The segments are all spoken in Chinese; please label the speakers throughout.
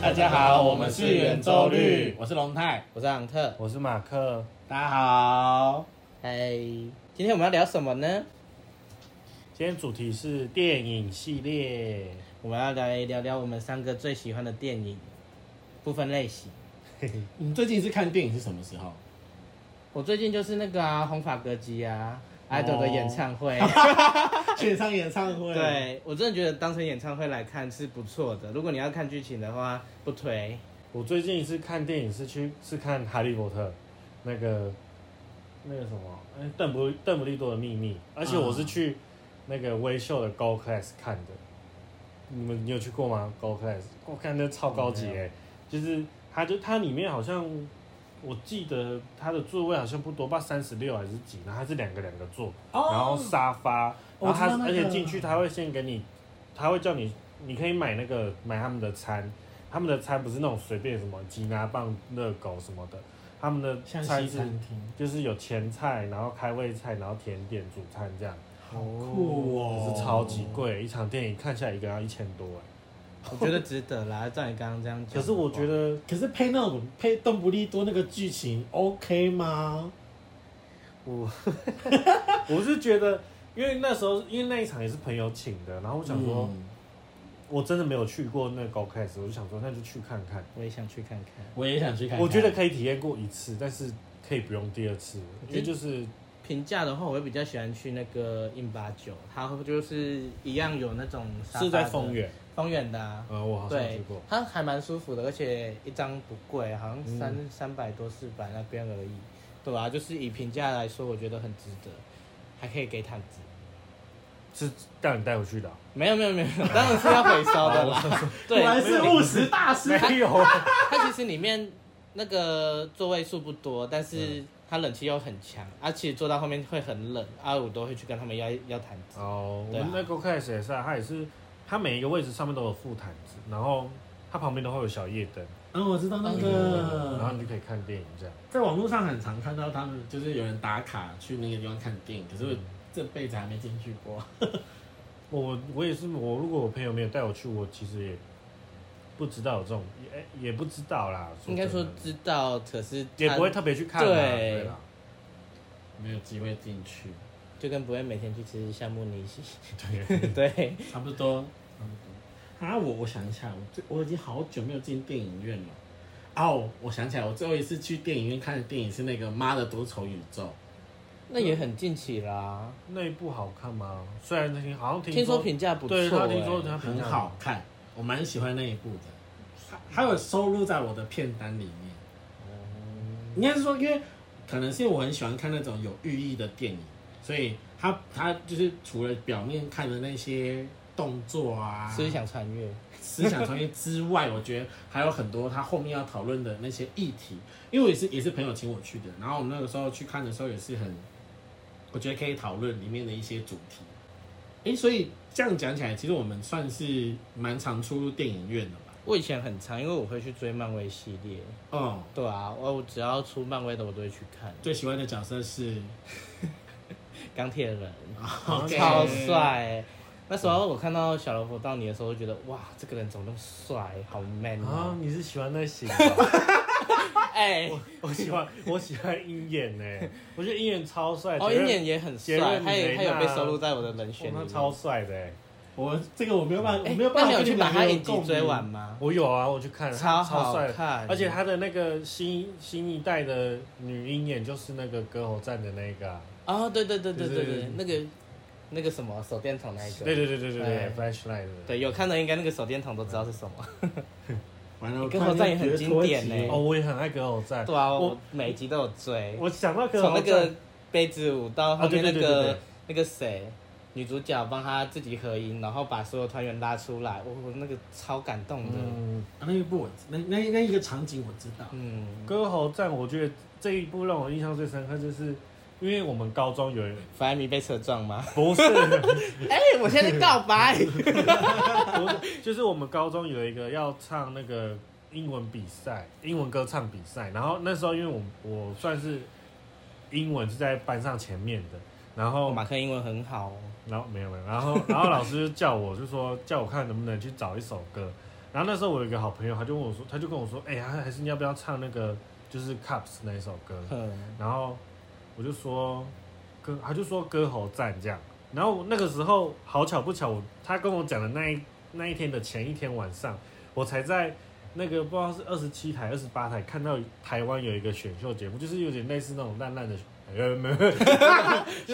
Speaker 1: 大家好，我们是圆周率，我是龙泰，
Speaker 2: 我是昂特，
Speaker 3: 我是马克。
Speaker 1: 大家好。
Speaker 2: 嗨，今天我们要聊什么呢？
Speaker 3: 今天主题是电影系列，
Speaker 2: 我们要来聊聊我们三个最喜欢的电影，不分类型。
Speaker 1: 你最近是看电影是什么 时候？
Speaker 2: 我最近就是那个啊，红发歌姬啊，爱豆的演唱会。
Speaker 3: 哦
Speaker 1: 线上演唱会。，
Speaker 2: 对我真的觉得当成演唱会来看是不错的。如果你要看剧情的话，不推。
Speaker 3: 我最近一次看电影是去是看《哈利波特》，那个那个什么，哎、邓布邓布利多的秘密，而且我是去那个微秀的 Go Class 看的。你们你有去过吗？Go Class，我看那超高级
Speaker 2: 我
Speaker 3: 哎、
Speaker 2: 没
Speaker 3: 就是它就它里面好像我记得它的座位好像不多，吧三十六还是几，然后它是两个两个坐，
Speaker 1: 哦
Speaker 3: 然后沙发，
Speaker 1: 我
Speaker 3: 然后它、
Speaker 1: 知道那个
Speaker 3: 而且进去它会先给你，它会叫你，你可以买那个买他们的餐，他们的餐不是那种随便什么吉拿棒、热狗什么的，他们的
Speaker 1: 像
Speaker 3: 餐
Speaker 1: 西
Speaker 3: 是
Speaker 1: 餐厅，
Speaker 3: 就是有前菜，然后开胃菜，然后甜点、主餐这样，
Speaker 1: 好酷哦，
Speaker 3: 可是超级。贵，一场电影看下来一个要一千多哎，
Speaker 2: 我觉得值得啦，照你刚刚这样讲。
Speaker 3: 可是我觉，得
Speaker 1: 可是配那种配邓布利多那个剧情 OK 吗？
Speaker 3: 我 我是觉得，因为那时候因为那一场也是朋友请的，然后我想说、
Speaker 1: 嗯
Speaker 3: 我真的没有去过那个高开始，我就想说那就去看看。
Speaker 2: 我也想去看看，
Speaker 1: 我也想去看看
Speaker 3: 我觉得可以体验过一次，但是可以不用第二次，因为就是
Speaker 2: 评价的话，我会比较喜欢去那个印八九，它就是一样有那种沙发
Speaker 3: 是在
Speaker 2: 的
Speaker 3: 丰原，
Speaker 2: 丰原的、啊。
Speaker 3: 呃，我好像有
Speaker 2: 对
Speaker 3: 去过，，嗯
Speaker 2: 它还蛮舒服的，而且一张不贵，好像三、三百多四百那边而已，对吧、就是以评价来说，我觉得很值得，还可以给毯子。
Speaker 3: 是让你带回去的啊、
Speaker 2: 没有没有没有，当然是要回收的 啦。
Speaker 1: 果
Speaker 2: 对，
Speaker 1: 然是务实大师。
Speaker 3: 没有，
Speaker 2: 它其实里面那个座位数不多，但是
Speaker 3: 嗯
Speaker 2: 它冷气又很强，而且坐到后面会很冷，啊，我都会去跟他们要要毯子。
Speaker 3: 哦，我
Speaker 2: 对啊
Speaker 3: 们那 Go Class 也是啊，它也是，它每一个位置上面都有副毯子，然后它旁边都会有小夜灯，
Speaker 1: 嗯，我知道那
Speaker 3: 嗯
Speaker 2: 嗯
Speaker 3: 然后
Speaker 1: 个，
Speaker 3: 你就可以看电影这样。
Speaker 1: 在网络上很常看到他们就是有人打卡去那个地方看电影，可是我这辈子还没进去过。
Speaker 3: 我我也是，我如果我朋友没有带我去，我其实也不知道有这种，也也不知道啦。
Speaker 2: 应该说
Speaker 3: 真的
Speaker 2: 知道，可是
Speaker 3: 也
Speaker 2: 它
Speaker 3: 不会特别去看啦，
Speaker 2: 对
Speaker 3: 对啦。
Speaker 1: 没有机会进去，
Speaker 2: 就跟不会每天去吃夏目尼 西。对 对，
Speaker 1: 差不多，差不多。啊，我我想一下，我最我已经好久没有进电影院了。哦，我想起来，我最后一次去电影院看的电影是那个《妈的多重宇宙》，
Speaker 2: 那也很近期啦。
Speaker 3: 那一部好看吗？虽然听好像听
Speaker 2: 听说评价不错、
Speaker 3: 对，他听说
Speaker 2: 欸
Speaker 3: 他评
Speaker 1: 很
Speaker 3: 价
Speaker 1: 好看，我蛮喜欢那一部的，它有收录在我的片单里面。应该是说，因为可能是因为我很喜欢看那种有寓意的电影，所以它它就是除了表面看的那些动作啊，
Speaker 2: 思想穿越，
Speaker 1: 思想创业之外，我觉得还有很多他后面要讨论的那些议题。因为我也是也是朋友请我去的，然后我们那个时候去看的时候也是很，我觉得可以讨论里面的一些主题。诶，所以这样讲起来，其实我们算是蛮常出入电影院的吧？
Speaker 2: 我以前很长，因为我会去追漫威系列。
Speaker 1: 哦，
Speaker 2: 对啊，我我只要出漫威的，我都会去看。
Speaker 1: 最喜欢的角色是
Speaker 2: 钢铁人
Speaker 3: 嗯
Speaker 1: OK
Speaker 2: 超帅欸、那时候我看到小罗伯到你的时候，就觉得哇，这个人怎么那么帅，好 man
Speaker 3: 啊
Speaker 2: 哦！！
Speaker 3: 你是喜欢那型的？
Speaker 2: 哎、
Speaker 3: 啊我我喜欢我喜欢鹰眼 呢，我觉得鹰眼超帅。
Speaker 2: 哦，
Speaker 3: 杰
Speaker 2: 鹰
Speaker 3: 瑞
Speaker 2: 眼也很
Speaker 3: 杰瑞
Speaker 2: 帅，
Speaker 3: 米
Speaker 2: 他也他
Speaker 3: 雷
Speaker 2: 有
Speaker 3: 纳
Speaker 2: 被收录在我的人选
Speaker 3: 哦
Speaker 2: 里
Speaker 3: 他
Speaker 2: 面。
Speaker 3: 超帅的哎，
Speaker 1: 我这个我没有办法，
Speaker 2: 哎
Speaker 1: 我没有办法
Speaker 2: 那你有
Speaker 1: 跟
Speaker 2: 去
Speaker 1: 们
Speaker 2: 把他
Speaker 1: 有
Speaker 2: 影集
Speaker 1: 共鸣
Speaker 2: 追完吗？
Speaker 3: 我有啊，我去看了，
Speaker 2: 超
Speaker 3: 超
Speaker 2: 好
Speaker 3: 帅的，
Speaker 2: 看
Speaker 3: 而且他的那个新新一代的女鹰眼就是那个歌喉战的那个啊，
Speaker 2: 哦，对对对对对
Speaker 3: 就是
Speaker 2: 对，那个那个什么手电筒那一个，
Speaker 3: 对对对对对对
Speaker 2: 哎
Speaker 3: ，Flashlight 的。
Speaker 2: 对有看的应该那个手电筒都知道是什么。
Speaker 1: 完了，我
Speaker 2: 哎
Speaker 1: 突
Speaker 2: 跟
Speaker 1: 然
Speaker 2: 侯赞也很
Speaker 1: 觉得
Speaker 2: 经
Speaker 1: 脱
Speaker 2: 典
Speaker 1: 节
Speaker 2: 呢
Speaker 3: 哦，我也很爱歌喉战。
Speaker 2: 对啊，我
Speaker 3: 我
Speaker 2: 每一集都有追，
Speaker 3: 我想到歌
Speaker 2: 从
Speaker 3: 喉
Speaker 2: 那个
Speaker 3: 战，
Speaker 2: 杯子舞到后面那
Speaker 3: 啊对对对对
Speaker 2: 个
Speaker 3: 对
Speaker 2: 那个谁，女主角帮她自己合影，然后把所有团员拉出来，我我那个超感动的。
Speaker 3: 嗯，
Speaker 1: 啊那一部我那那那一个场景我知道，
Speaker 2: 嗯，
Speaker 3: 歌喉战，我觉得这一部让我印象最深刻，就是因为我们高中有人
Speaker 2: 反正你被车撞吗？
Speaker 3: 不是。
Speaker 2: 哎、我现在在告 白。
Speaker 3: 不是，就是我们高中有一个要唱那个英文比赛，英文歌唱比赛。然后那时候因为我我算是英文是在班上前面的，然
Speaker 2: 我
Speaker 3: 后
Speaker 2: 马克英文很好哦，
Speaker 3: 然后没有没有，然后然后老师就叫我就说叫我看能不能去找一首歌，然后那时候我有一个好朋友，他就问我说，他就跟我说，哎、呀，还是你要不要唱那个就是 Cups 那一首歌？
Speaker 2: 嗯，
Speaker 3: 然后我就说歌，他就说歌喉赞这样。然后那个时候好巧不巧，我他跟我讲的那一那一天的前一天晚上，我才在那个不知道是二十七台、二十八台看到台湾有一个选秀节目，就是有点类似那种烂烂的，呃，没有，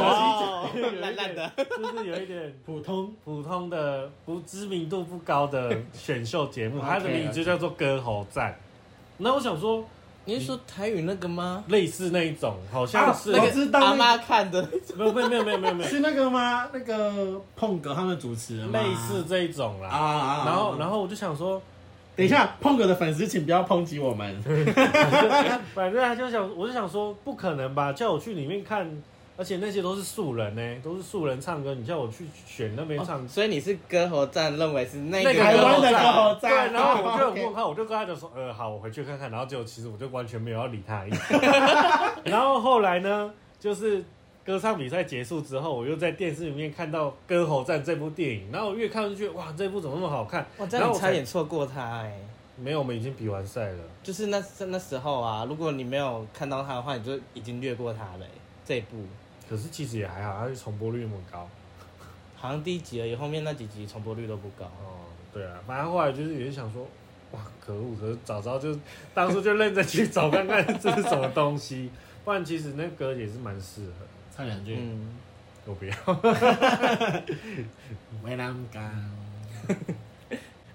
Speaker 2: 哦
Speaker 3: 有一点
Speaker 2: 烂烂 的，
Speaker 3: 就是有一点
Speaker 1: 普通
Speaker 3: 普通的、不知名度不高的选秀 节目，它的
Speaker 1: OK，
Speaker 3: 名字就叫做歌喉赞。那我想说，
Speaker 2: 你是说台语那个吗？
Speaker 3: 类似那一种，好像是、
Speaker 1: 啊那
Speaker 2: 那
Speaker 1: 我
Speaker 2: 个
Speaker 1: 知道那
Speaker 2: 阿妈看的，
Speaker 3: 没有没有没有没有没 有没 有
Speaker 1: 是那个吗？那个碰哥他们主持人吗
Speaker 3: 类似这一种
Speaker 1: 啊
Speaker 3: 啦。
Speaker 1: 啊啊！
Speaker 3: 然后，然
Speaker 1: 后
Speaker 3: 后我就想说，
Speaker 1: 等一下，碰哥的粉丝请不要抨击我们。
Speaker 3: 反正他就想，我就想说，不可能吧？叫我去里面看，而且那些都是素人呢、都是素人唱歌，你叫我去选那边唱
Speaker 2: 哦所以你是歌喉战认为是那
Speaker 3: 那
Speaker 2: 个
Speaker 3: 个
Speaker 1: 台湾的歌
Speaker 2: 歌喉
Speaker 1: 喉
Speaker 2: 战
Speaker 1: 战
Speaker 3: 对，然后我就很
Speaker 1: OK
Speaker 3: 问号，我就跟他讲说，呃，好，我回去看看。然后结果其实我就完全没有要理他的意思。然后后来呢，就是歌唱比赛结束之后，我又在电视里面看到《歌喉战》这部电影，然后我越看就觉得，哇，这部怎么那么好看？
Speaker 2: 哇，这
Speaker 3: 然
Speaker 2: 样你
Speaker 3: 后我
Speaker 2: 差
Speaker 3: 才
Speaker 2: 点错过他哎、
Speaker 3: 没有，我们已经比完赛了。
Speaker 2: 就是那那时候啊，如果你没有看到他的话，你就已经略过他了欸、这一部。
Speaker 3: 可是其实也还好，它重播率那么高。
Speaker 2: 好像第一集而已，后面那几集重播率都不高。
Speaker 3: 哦，对啊，反正后来就是也是想说，哇，可恶！可是早知道就当初就认真去找看看这是什么东西，不然其实那歌也是蛮适合。
Speaker 1: 唱两句，
Speaker 2: 嗯，
Speaker 3: 我不要，
Speaker 1: 为难感。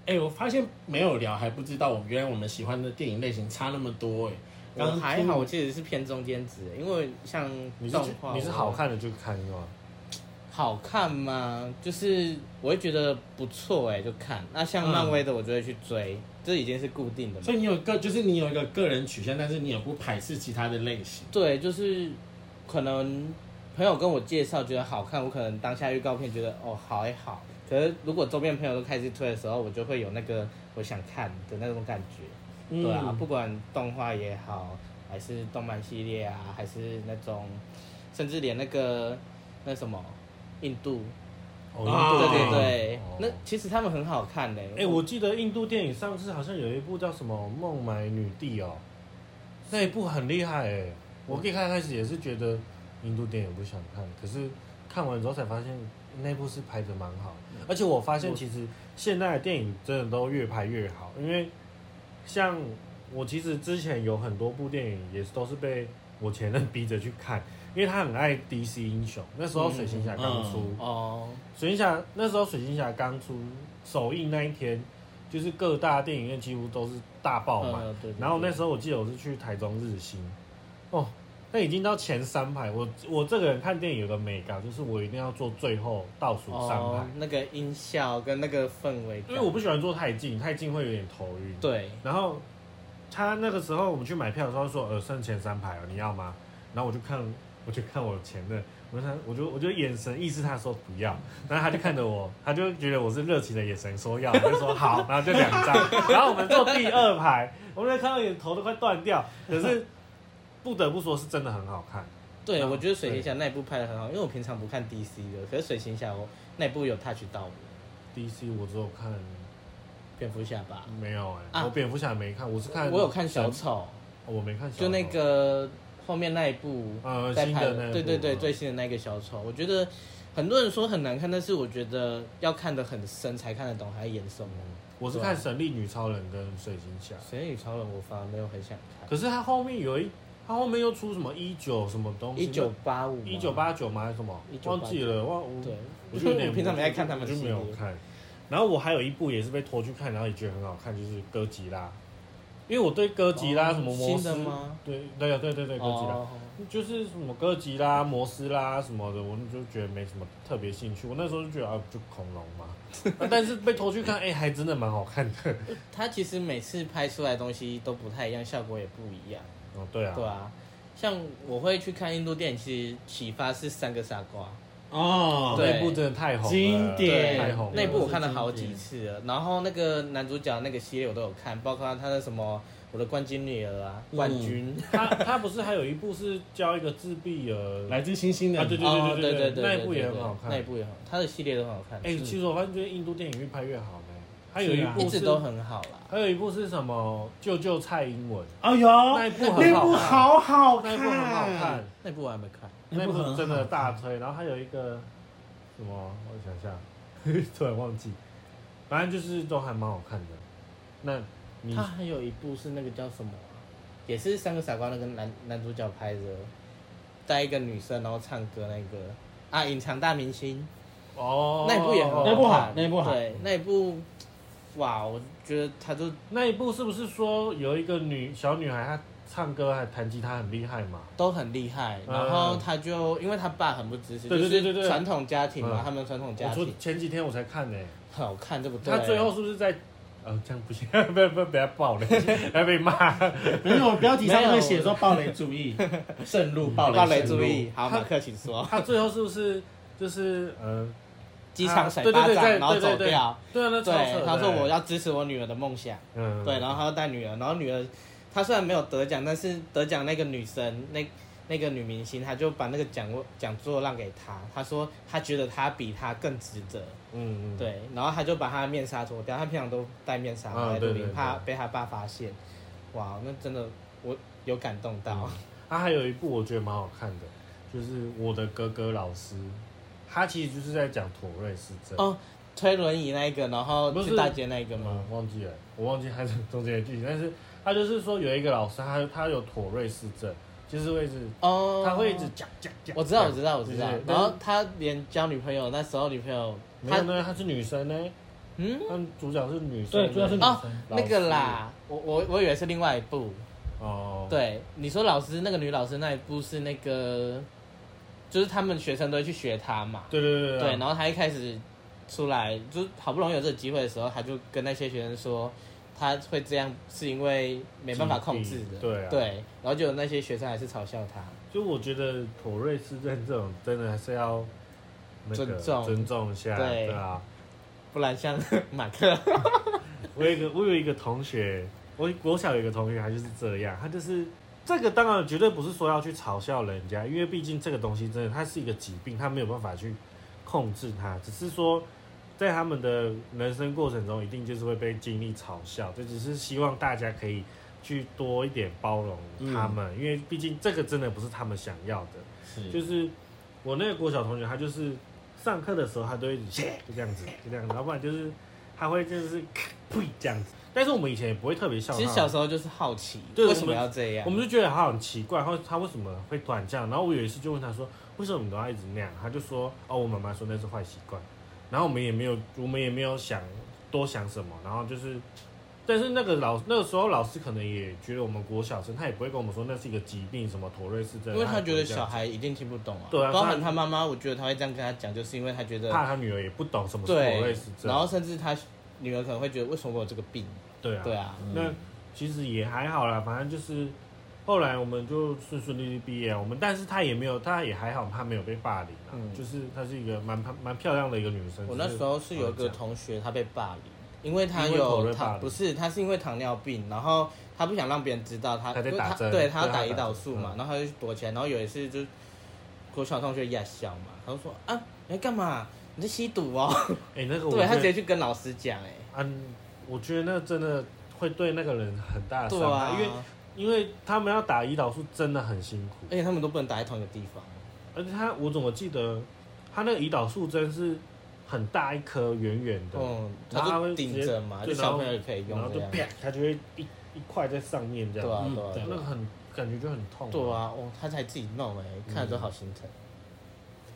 Speaker 1: 哎、我发现没有聊还不知道，我原来我们喜欢的电影类型差那么多哎、
Speaker 2: 我
Speaker 1: 刚
Speaker 2: 还好，我其实是偏中间值，因为像
Speaker 3: 你是
Speaker 2: 动画，
Speaker 3: 你是
Speaker 2: 我
Speaker 3: 好看的就看是吗？
Speaker 2: 好看吗？就是我会觉得不错哎、就看。那像
Speaker 1: 嗯
Speaker 2: 漫威的，我就会去追，这已经是固定的嘛
Speaker 1: 所。以你有个就是你有一个个人取向，但是你也不排斥其他的类型。
Speaker 2: 对，就是可能朋友跟我介绍觉得好看，我可能当下预告片觉得哦好还好，可是如果周边朋友都开始推的时候，我就会有那个我想看的那种感觉。
Speaker 3: 嗯
Speaker 2: 对啊，不管动画也好，还是动漫系列啊，还是那种，甚至连那个那什么印度，
Speaker 1: 啊
Speaker 2: 对
Speaker 1: 哦
Speaker 2: 对对，
Speaker 3: 哦
Speaker 2: 那其实他们很好看嘞、
Speaker 3: 哎、我记得印度电影上次好像有一部叫什么《孟买女帝》哦，那一部很厉害哎、
Speaker 1: 嗯
Speaker 3: 我一开开始也是觉得印度电影不想看，可是看完之后才发现那部是拍的蛮好
Speaker 1: 嗯
Speaker 3: 的，而且我发现其实现在的电影真的都越拍越好，因为像我其实之前有很多部电影也是都是被我前任逼着去看，因为他很爱 DC 英雄，那时候水行侠刚出。
Speaker 1: 嗯
Speaker 2: 哦，
Speaker 3: 水行侠那时候，水行侠刚出首映那一天，就是各大电影院几乎都是大爆满。
Speaker 2: 呃对对
Speaker 3: 然后那
Speaker 2: 对
Speaker 3: 时候我记得我是去台中日新，哦，那已经到前三排。我我这个人看电影有个美感，就是我一定要坐最后倒数三排，
Speaker 2: 哦，那个音效跟那个氛围感，
Speaker 3: 因为我不喜欢坐太近，太近会有点头晕。。
Speaker 2: 对，
Speaker 3: 然后他那个时候我们去买票的时候说，呃，剩前三排哦，你要吗？然后我就看，我就看我前任，我就看我就我就眼神意识他说不要，然后他就看着我，他就觉得我是热情的眼神说要，我就说好，然后就两张，然后我们坐第二排，我们就看到眼头都快断掉，可是不得不说是真的很好看。
Speaker 2: 对，
Speaker 3: 嗯
Speaker 2: 我觉得水行侠那一部拍的很好，因为我平常不看 DC 的，可是水行侠我那一部有 touch 到我，
Speaker 3: DC 我只有看
Speaker 2: 蝙蝠侠吧，
Speaker 3: 没有哎、
Speaker 2: 啊
Speaker 3: 我蝙蝠侠没看，我是看
Speaker 2: 我有看小
Speaker 3: 神，
Speaker 2: 丑，
Speaker 3: 哦我没看小
Speaker 2: 就那
Speaker 3: 丑
Speaker 2: 个后面那一部，
Speaker 3: 呃
Speaker 2: 在
Speaker 3: 新
Speaker 2: 拍
Speaker 3: 的那一
Speaker 2: 对对
Speaker 3: 部
Speaker 2: 对，
Speaker 3: 嗯
Speaker 2: 最新的那个小丑，我觉得很多人说很难看，但是我觉得要看得很深才看得懂他在演什么。
Speaker 3: 我是
Speaker 2: 对啊
Speaker 3: 看《神力女超人》跟《水行侠》，
Speaker 2: 神力女超人我反而没有很想看，
Speaker 3: 可是他后面有一，他后面又出什么一九什么东西？
Speaker 2: 一九八五，
Speaker 3: 一九，八九吗？还是什么？
Speaker 2: 1989
Speaker 3: 忘记了，忘我
Speaker 2: 对，
Speaker 3: 我就有点
Speaker 2: 我平常没在看他们
Speaker 3: 我就
Speaker 2: 系
Speaker 3: 没
Speaker 2: 列
Speaker 3: 有看。然后我还有一部也是被拖去看，然后也觉得很好看，就是《哥吉拉》，因为我对哥吉拉
Speaker 2: 哦
Speaker 3: 什么摩
Speaker 2: 新
Speaker 3: 斯
Speaker 2: 的吗，
Speaker 3: 对对啊对对对，哥吉拉
Speaker 2: 哦，
Speaker 3: 就是什么哥吉拉、摩斯拉什么的，我就觉得没什么特别兴趣。我那时候就觉得啊，就恐龙 嘛，啊但是被拖去看，哎，还真的蛮好看的。
Speaker 2: 他其实每次拍出来的东西都不太一样，效果也不一样，
Speaker 3: 哦，对啊，
Speaker 2: 对啊。像我会去看印度电影，其实启发是三个傻瓜，
Speaker 1: 哦，
Speaker 2: 对
Speaker 3: 那一部真的太红了，
Speaker 1: 经典
Speaker 3: 太红了。
Speaker 2: 那一部我看了好几次了，然后那个男主角那个系列我都有看，包括他的什么《我的冠军女儿》啊，
Speaker 1: 嗯
Speaker 2: 冠军，
Speaker 3: 他他不是还有一部是教一个自闭儿？
Speaker 1: 来自星星的
Speaker 3: 啊对
Speaker 1: 你
Speaker 3: 对
Speaker 2: 哦
Speaker 3: 对
Speaker 2: 对
Speaker 3: 对那一部也很好看哎
Speaker 2: 那一部也很好，他的系列都很好看。
Speaker 3: 哎、其实我发现最近印度电影越拍越好呢、还有一
Speaker 1: 是啊
Speaker 3: 部
Speaker 2: 一
Speaker 3: 是
Speaker 2: 直都很好啦。
Speaker 3: 还有一部是什么？救救蔡英文，
Speaker 1: 哦哟，
Speaker 3: 那一部很
Speaker 1: 那
Speaker 3: 好
Speaker 1: 部
Speaker 3: 看，
Speaker 1: 好好看，
Speaker 3: 那一部很好看，，
Speaker 2: 那部我还没看，
Speaker 1: 那
Speaker 3: 那
Speaker 1: 部
Speaker 3: 部
Speaker 1: 很
Speaker 3: 真
Speaker 1: 好
Speaker 3: 的
Speaker 1: 看
Speaker 3: 大推。然后还有一个什么？我想想， 突然忘记，反正就是都还蛮好看的。那你
Speaker 2: 他还有一部是那个叫什么啊，也是三个傻瓜那个男男主角拍的，带一个女生然后唱歌那个啊，隐藏大明星
Speaker 3: 哦，
Speaker 2: 那一部也很
Speaker 1: 那一部好
Speaker 2: 看
Speaker 1: 那一部好
Speaker 2: 对那一部，哇，我觉得他就
Speaker 3: 那一部是不是说有一个女小女孩，她唱歌还弹吉他很厉害嘛？
Speaker 2: 都很厉害，
Speaker 3: 嗯
Speaker 2: 然后他就因为他爸很不支持，
Speaker 3: 对对对
Speaker 2: 就
Speaker 3: 对
Speaker 2: 是
Speaker 3: 对
Speaker 2: 传统家庭嘛，
Speaker 3: 嗯
Speaker 2: 他们传统
Speaker 3: 我
Speaker 2: 家
Speaker 3: 昨
Speaker 2: 庭
Speaker 3: 前几天我才看呢、
Speaker 2: 好看，对不对？
Speaker 3: 她最后是不是在？呃， 这样不行，不要不要不要 爆了，还被骂。
Speaker 1: 没有标题上面
Speaker 2: 没
Speaker 1: 会
Speaker 2: 有
Speaker 1: 写说暴雷注意，慎入嗯暴雷，
Speaker 2: 暴雷
Speaker 1: 慎入
Speaker 2: 注意，好，
Speaker 3: 他
Speaker 2: 马克请说。
Speaker 3: 她最后是不是就是呃，
Speaker 2: 机场甩
Speaker 3: 对
Speaker 2: 巴
Speaker 3: 对对
Speaker 2: 掌，
Speaker 3: 对
Speaker 2: 然后
Speaker 3: 对
Speaker 2: 走
Speaker 3: 对对
Speaker 2: 掉。
Speaker 3: 对啊，那超扯
Speaker 2: 对，
Speaker 3: 的
Speaker 2: 他说我，要支持我女儿的梦想。
Speaker 3: 嗯
Speaker 2: 对，然后他要带女儿，然后女儿，她虽然没有得奖，但是得奖那个女生，那那个女明星，她就把那个奖奖座让给她，她说她觉得她比她更值得。
Speaker 3: 嗯嗯，
Speaker 2: 对，然后她就把她的面纱脱掉，她平常都戴面纱
Speaker 3: 啊
Speaker 2: 来录
Speaker 3: 对对
Speaker 2: 音，
Speaker 3: 对
Speaker 2: 怕被她爸发现。哇，那真的我有感动
Speaker 3: 嗯
Speaker 2: 到。
Speaker 3: 他啊还有一部我觉得蛮好看的，就是我的哥哥老师，他其实就是在讲妥瑞氏症。
Speaker 2: 哦，推轮椅那一个，然后
Speaker 3: 不是
Speaker 2: 去大街那一个吗
Speaker 3: 嗯？，忘记了，我忘记他是中间的剧情，但是他就是说有一个老师，他他有妥瑞氏症，就是会一直，
Speaker 2: 哦，
Speaker 3: 他会一直讲讲讲。
Speaker 2: 我知道，我
Speaker 3: 道。
Speaker 2: 知道，我知道
Speaker 3: 对对。对
Speaker 2: 然后他连交女朋友，那时候女朋友，
Speaker 3: 没有
Speaker 2: 他
Speaker 3: 呢，她是女生呢，
Speaker 2: 嗯
Speaker 3: 他主角是女生。
Speaker 1: 对，主要是女
Speaker 2: 哦
Speaker 1: 生，
Speaker 2: 那个啦，我我我以为是另外一部。
Speaker 3: 哦，，
Speaker 2: 对，你说老师那个女老师那一部是那个，就是他们学生都会去学她嘛。
Speaker 3: 对对啊对
Speaker 2: 对，然后她一开始出来，就是好不容易有这个机会的时候，她就跟那些学生说，她会这样是因为没办法控制
Speaker 3: 自
Speaker 2: 的。
Speaker 3: 闭对啊
Speaker 2: 对，然后就有那些学生还是嘲笑她。
Speaker 3: 就我觉得妥瑞氏症这种真的还是要那个
Speaker 2: 尊重
Speaker 3: 尊重一下，
Speaker 2: 对
Speaker 3: 对啊。
Speaker 2: 不然像马克，
Speaker 3: 我有一个，我有一个同学，我国小有一个同学，他就是这样，他就是这个，当然绝对不是说要去嘲笑人家，因为毕竟这个东西真的，它是一个疾病，他没有办法去控制它，只是说在他们的人生过程中，一定就是会被经历嘲笑，这只是希望大家可以去多一点包容他们，因为毕竟这个真的不是他们想要的。
Speaker 2: 嗯
Speaker 1: 是
Speaker 3: 就是我那个国小同学，他就是上课的时候，他都会一直就这样子，就这样子，要不然就是 他会就是呸这样子。但是我们以前也不会特别笑他，
Speaker 2: 其实小时候就是好奇，
Speaker 3: 对
Speaker 2: 为什
Speaker 3: 我
Speaker 2: 么
Speaker 3: 们
Speaker 2: 要这样
Speaker 3: 我？们就觉得他很奇怪，他他为什么会突然这样？然后我有一次就问他说，为什么你都要一直那样？他就说，哦，我妈妈说那是坏习惯。然后我们也没有， 我们也没有想多想什么，然后就是，但是那个老那个时候老师可能也觉得我们国小生，他也不会跟我们说那是一个疾病，什么妥瑞氏症，啊
Speaker 2: 因为他
Speaker 3: 也不
Speaker 2: 觉
Speaker 3: 会
Speaker 2: 得
Speaker 3: 这样
Speaker 2: 小孩一定听不懂啊，
Speaker 3: 对啊
Speaker 2: 包含
Speaker 3: 他
Speaker 2: 他妈妈，我觉得他会这样跟他讲，就是因为他觉得
Speaker 3: 怕他女儿也不懂什么是妥瑞
Speaker 2: 对
Speaker 3: 氏，症，
Speaker 2: 然后甚至他女儿可能会觉得为什么我有这个病，
Speaker 3: 对啊，
Speaker 2: 对啊，
Speaker 3: 那其实也还好啦，反正就是后来我们就顺顺利利毕业啊。我们但是她也没有，她也还好，她没有被霸凌啊。
Speaker 2: 嗯
Speaker 3: 就是她是一个蛮蛮漂亮的一个女生。
Speaker 2: 我那时候是有一个
Speaker 3: 同
Speaker 2: 同学他被霸凌，因为他
Speaker 3: 因为口
Speaker 2: 有
Speaker 3: 味霸
Speaker 2: 糖
Speaker 3: 凌
Speaker 2: 不是他是因为糖尿病，然后他不想让别人知道他
Speaker 3: 他在
Speaker 2: 就是
Speaker 3: 打针
Speaker 2: 对
Speaker 3: 对
Speaker 2: 他
Speaker 3: 他
Speaker 2: 打
Speaker 3: 打
Speaker 2: 胰岛
Speaker 3: 针
Speaker 2: 素嘛，
Speaker 3: 嗯
Speaker 2: 然后他就躲起来，然后有一次就国小同学也笑嘛，他就说啊你在干嘛？你在吸毒哦？
Speaker 3: 哎、那个我
Speaker 2: 对他直
Speaker 3: 觉得
Speaker 2: 接去跟老师讲哎，
Speaker 3: 嗯，我觉得那真的会对那个人很大的伤
Speaker 2: 对
Speaker 3: 害，
Speaker 2: 啊，
Speaker 3: 因为因为他们要打胰岛素真的很辛苦
Speaker 2: 而，且他们都不能打在同一个地方。
Speaker 3: 而且他我怎么记得他那个胰岛素针是很大一颗圆圆的，
Speaker 2: 嗯，
Speaker 3: 然
Speaker 2: 他
Speaker 3: 后他
Speaker 2: 就
Speaker 3: 会
Speaker 2: 顶
Speaker 3: 直接
Speaker 2: 着嘛，
Speaker 3: 对
Speaker 2: 啊就
Speaker 3: 然
Speaker 2: 小
Speaker 3: 后
Speaker 2: 朋友也可以
Speaker 3: 然后
Speaker 2: 用
Speaker 3: 就
Speaker 2: 这样。
Speaker 3: 啪，它就会一一块在上面这
Speaker 2: 对
Speaker 3: 样。
Speaker 2: 啊
Speaker 1: 嗯，
Speaker 2: 对啊
Speaker 1: 对
Speaker 2: 对
Speaker 3: 那个
Speaker 2: 啊，
Speaker 3: 很感觉就很痛、
Speaker 2: 对，啊，哦，他才自己弄哎，看着都好心疼。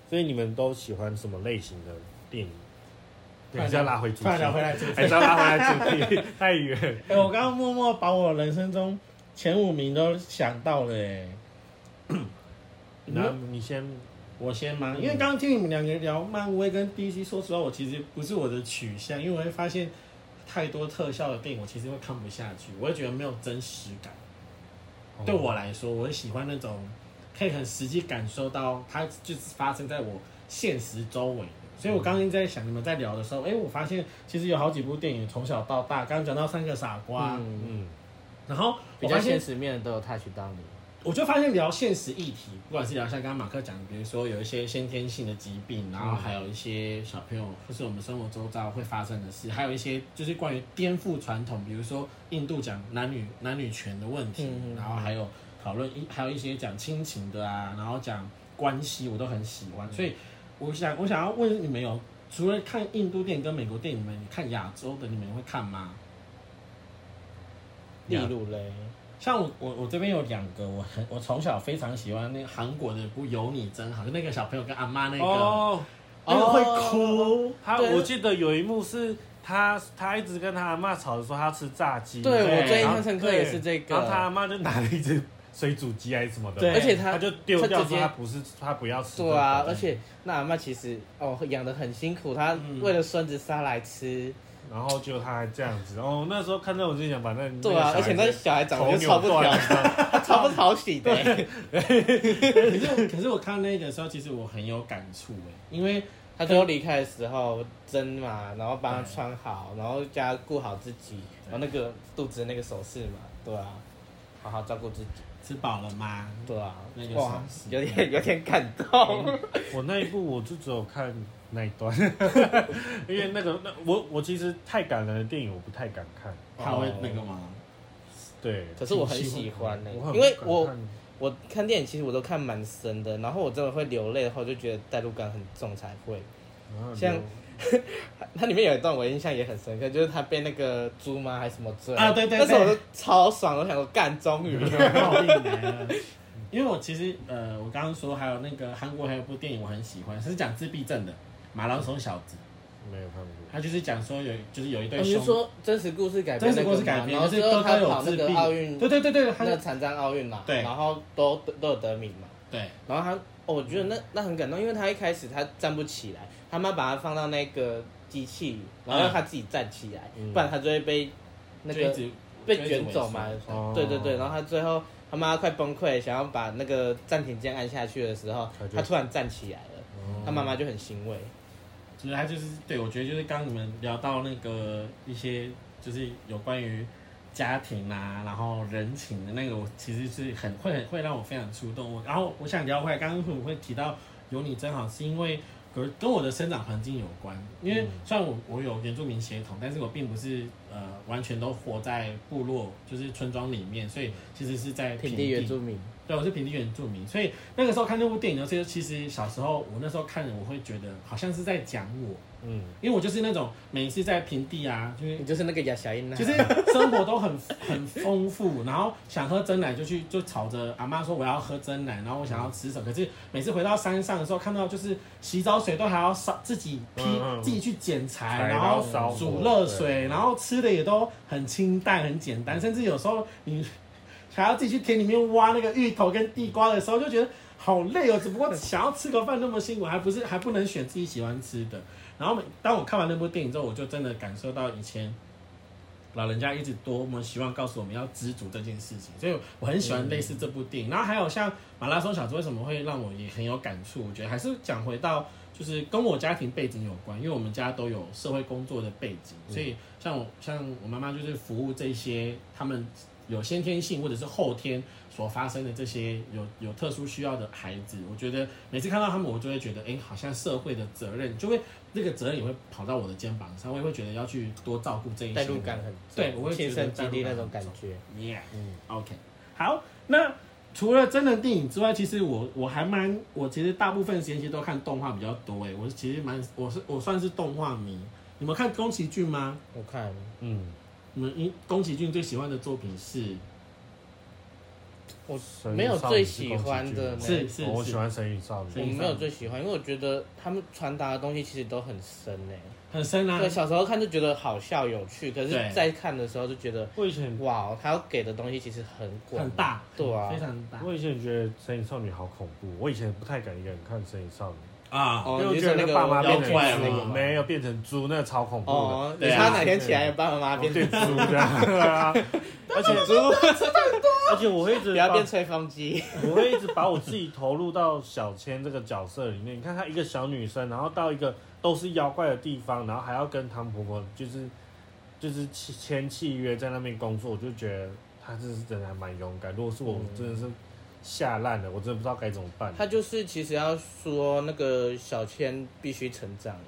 Speaker 3: 所以你们都喜欢什么类型的电影？
Speaker 1: 快
Speaker 3: 还是要拉回主题
Speaker 1: 快，聊回来主题
Speaker 3: 还是要拉回来主题，太远。
Speaker 1: 哎、我刚刚默默把我人生中前五名都想到了、哎，
Speaker 3: 然后你先，
Speaker 1: 我先吗？因为刚刚听你们两个聊漫威跟 DC，说实话，我其实不是我的取向，因为我会发现太多特效的电影，我其实会看不下去，我会觉得没有真实感。
Speaker 2: 哦
Speaker 3: 嗯
Speaker 1: 对我来说，我会喜欢那种可以很实际感受到它就是发生在我现实周围的。所以我刚刚一直在想，你们在聊的
Speaker 2: 嗯
Speaker 1: 时候，哎、我发现其实有好几部电影从小到大，刚刚讲到《三个傻瓜》
Speaker 2: 嗯，
Speaker 3: 嗯，
Speaker 1: 然后
Speaker 2: 比
Speaker 1: 我
Speaker 2: 较
Speaker 1: 发
Speaker 2: 现
Speaker 1: 现
Speaker 2: 实面的都有 touch 到你。
Speaker 1: 我就发现聊现实议题，不管是聊像刚刚马克讲，比如说有一些先天性的疾病，然后还有一些小朋友或是我们生活周遭会发生的事，还有一些就是关于颠覆传统，比如说印度讲男女男女权的问题，
Speaker 2: 嗯嗯嗯
Speaker 1: 然后还有讨论一还有一些讲亲情的啊，然后讲关系，我都很喜欢，所以我想我想要问你们有。除了看印度电影跟美国电影，你们看亚洲的，你们会看吗？
Speaker 2: 例如嘞，
Speaker 1: 像我我我这边有两个，我很我从小非常喜欢那个韩国的一部《有你真好》，就那个小朋友跟阿妈那个，
Speaker 3: 哦，
Speaker 1: 那个会
Speaker 2: 哦
Speaker 1: 哭，
Speaker 3: 他
Speaker 2: 对
Speaker 3: 我记得有一幕是他他一直跟他阿妈吵着说他要吃炸鸡，
Speaker 2: 对
Speaker 1: 对
Speaker 2: 我最印
Speaker 1: 然
Speaker 2: 象深刻也是这个，
Speaker 3: 然后他阿妈就拿了一只水煮鸡还是什么的，
Speaker 1: 对
Speaker 2: 而且他
Speaker 3: 他就丢掉
Speaker 2: 他直
Speaker 3: 说
Speaker 2: 接
Speaker 3: 他不是他不要吃这个。
Speaker 2: 对啊，
Speaker 1: 对
Speaker 2: 而且那阿妈其实哦养的很辛苦，她
Speaker 1: 嗯
Speaker 2: 为了孙子杀来吃，
Speaker 3: 然后就他还这样子，然后那时候看到我就想把嗯那
Speaker 2: 对啊，而且那小孩长
Speaker 3: 头
Speaker 2: 得就超
Speaker 3: 扭
Speaker 2: 不
Speaker 3: 断
Speaker 2: 讨，
Speaker 3: 了，
Speaker 2: 她超不讨喜的欸，
Speaker 1: 可是可是我看那个时候，其实我很有感触哎，因为
Speaker 2: 她最后离开的时候针嘛，然后帮她穿好，然后叫她顾好自己，然后那个肚子那个手势嘛，对啊，好好照顾自己，
Speaker 1: 吃饱了吗？
Speaker 2: 对啊
Speaker 1: 那个，
Speaker 2: 哇
Speaker 1: 手，势
Speaker 2: 有点有点感
Speaker 3: 嗯
Speaker 2: 动，
Speaker 3: 我那一部我就只有看那一段， 因为那个那我我其实太感人的电影我不太敢看，
Speaker 1: 他会那个吗？
Speaker 3: 对，
Speaker 2: 可是我很喜欢呢、
Speaker 3: 欸我很
Speaker 2: 因为
Speaker 3: 不敢
Speaker 2: 我
Speaker 3: 看
Speaker 2: 我看电影其实我都看蛮深的，然后我真的会流泪的话，我就觉得代入感很重才会。
Speaker 3: 然后
Speaker 2: 像
Speaker 3: 有
Speaker 2: 它里面有一段我印象也很深刻，就是他被那个猪吗还是什么追
Speaker 1: 啊对对对
Speaker 2: 那时候我就超爽，我想说干终于，
Speaker 1: 报应来了。欸因为我其实呃，我刚刚说还有那个韩国还有一部电影我很喜欢，是讲自闭症的《马拉松小子》，
Speaker 3: 没有看过，
Speaker 1: 他就是讲说有就是有一 对
Speaker 2: 哦你是
Speaker 1: 兄，
Speaker 2: 说真实故事改编
Speaker 1: 真实
Speaker 2: 那个吗，
Speaker 1: 故事改编，
Speaker 2: 然后
Speaker 1: 就是
Speaker 2: 之
Speaker 1: 哥
Speaker 2: 后他
Speaker 1: 哥
Speaker 2: 跑
Speaker 1: 有
Speaker 2: 那
Speaker 1: 自闭
Speaker 2: 个奥运，，
Speaker 1: 对对对对，他
Speaker 2: 那个
Speaker 1: 就
Speaker 2: 残障奥运嘛，
Speaker 1: 对
Speaker 2: 然后都都有得名嘛，
Speaker 1: 对。
Speaker 2: 然后他，哦我觉得那那很感动，因为他一开始他站不起来，他妈把他放到那个机器，然后让他自己站起来，
Speaker 3: 嗯
Speaker 2: 不然他就会被那
Speaker 1: 就一
Speaker 2: 个
Speaker 1: 直
Speaker 2: 被卷走嘛
Speaker 1: 就一直萎。
Speaker 3: 缩
Speaker 2: 对对对，
Speaker 3: 哦
Speaker 2: 然后他最后他妈快崩溃，想要把那个暂停键按下去的时候
Speaker 3: 他，就
Speaker 2: 他突然站起来了，
Speaker 3: 哦
Speaker 2: 他妈妈就很欣慰。
Speaker 1: 其实他就是对我觉得就是刚刚你们聊到那个一些就是有关于家庭啊，然后人情的那个，我其实是很会很会让我非常触动。我然后我想聊回来，刚刚为什么会提到有你真好，是因为跟跟我的生长环境有关。因
Speaker 2: 嗯
Speaker 1: 为虽然我我有原住民血统，但是我并不是呃完全都活在部落就是村庄里面，所以其实是在
Speaker 2: 平地原住民，
Speaker 1: 对，我是平地原住民，所以那个时候看那部电影的时候，其实小时候我那时候看，我会觉得好像是在讲我，
Speaker 3: 嗯，
Speaker 1: 因为我就是那种每一次在平地啊， 就是
Speaker 2: 你就是那个雅小英娜，
Speaker 1: 就是生活都很 很丰富，然后想喝真奶就去就吵着阿妈说我要喝真奶，然后我想要吃什么，可是每次回到山上的时候，看到就是洗澡水都还要烧自己批
Speaker 3: 嗯嗯
Speaker 1: 自己去捡柴，然
Speaker 3: 柴然
Speaker 1: 后
Speaker 3: 后烧
Speaker 1: 煮
Speaker 3: 火
Speaker 1: 热
Speaker 3: 对
Speaker 1: 水，然后吃的也都很清淡很简单，甚至有时候你还要自己去田里面挖那个芋头跟地瓜的时候，就觉得好累哦。只不过想要吃个饭那么辛苦，还不是还不能选自己喜欢吃的。然后每当我看完那部电影之后，我就真的感受到以前老人家一直多么希望告诉我们要知足这件事情，所以我很
Speaker 3: 嗯
Speaker 1: 喜欢类似这部电影。然后还有像《马拉松小子》为什么会让我也很有感触？我觉得还是讲回到就是跟我家庭背景有关，因为我们家都有社会工作的背景，
Speaker 2: 嗯
Speaker 1: 所以像我像我妈妈就是服务这些他们有先天性或者是后天所发生的这些有有特殊需要的孩子，我觉得每次看到他们，我就会觉得，哎、好像社会的责任就会那个责任也会跑到我的肩膀上，我也会觉得要去多照顾这一些
Speaker 2: 代
Speaker 1: 人
Speaker 2: 入感很重，
Speaker 1: 对我会觉
Speaker 2: 亲
Speaker 1: 得
Speaker 2: 身经历
Speaker 1: 代
Speaker 2: 那
Speaker 1: 入
Speaker 2: 种
Speaker 1: 感
Speaker 2: 感
Speaker 1: 很
Speaker 2: 觉。
Speaker 1: Yeah，嗯
Speaker 3: 嗯
Speaker 1: ，OK，好，那除了真人电影之外，其实我我还蛮，我其实大部分时间其实都看动画比较多欸诶，我其实蛮，我是我算是动画迷。你们看宫崎骏吗？
Speaker 2: 我看
Speaker 3: 嗯，
Speaker 1: 你们因宫崎骏最喜欢的作品是？
Speaker 2: 我
Speaker 3: 神
Speaker 2: 没有
Speaker 3: 与少女
Speaker 2: 最
Speaker 3: 是
Speaker 2: 喜
Speaker 3: 宫崎
Speaker 2: 欢
Speaker 3: 骏
Speaker 2: 的
Speaker 3: 吗
Speaker 2: 呢
Speaker 1: 是是
Speaker 3: 哦我
Speaker 1: 是
Speaker 3: 喜欢神与少
Speaker 1: 神
Speaker 2: 我
Speaker 1: 与
Speaker 3: 女，
Speaker 2: 没有最喜欢，因为我觉得他们传达的东西其实都很深欸诶、
Speaker 1: 很深啊
Speaker 2: 对，，小时候看就觉得好笑有趣，可是
Speaker 1: 对，
Speaker 2: 在看的时候就觉得，
Speaker 3: 我以前
Speaker 2: 哇，他要给的东西其实很广，
Speaker 1: 很，大，
Speaker 2: 对啊
Speaker 1: 非，常大
Speaker 3: 我以前觉得《神隐少女》好恐怖，我以前不太敢一个人看《神隐少女》，
Speaker 1: 啊
Speaker 2: 哦
Speaker 3: 因为我
Speaker 2: 你
Speaker 3: 觉
Speaker 2: 是
Speaker 3: 得
Speaker 2: 那个
Speaker 3: 爸妈变成
Speaker 1: 妖怪
Speaker 3: 猪，
Speaker 1: 吗
Speaker 3: 没有变成猪，那个超恐怖的，
Speaker 2: 哦，你哦
Speaker 1: 对啊
Speaker 2: 怕哪天起来爸爸妈妈变
Speaker 3: 变猪这 样，对啊，而且
Speaker 2: 猪，
Speaker 3: 而且我会一直
Speaker 2: 不要
Speaker 3: 把
Speaker 2: 变吹风机，
Speaker 3: 我会一直把我自己投入到小千这个角色里面。你看她一个小女生，然后到一个都是妖怪的地方，然后还要跟唐婆婆就是就是签签契约在那边工作，我就觉得她这是真的还蛮勇敢。如果是我，
Speaker 2: 嗯
Speaker 3: 真的是吓烂了，我真的不知道该怎么办。
Speaker 2: 他就是其实要说那个小千必须成长了，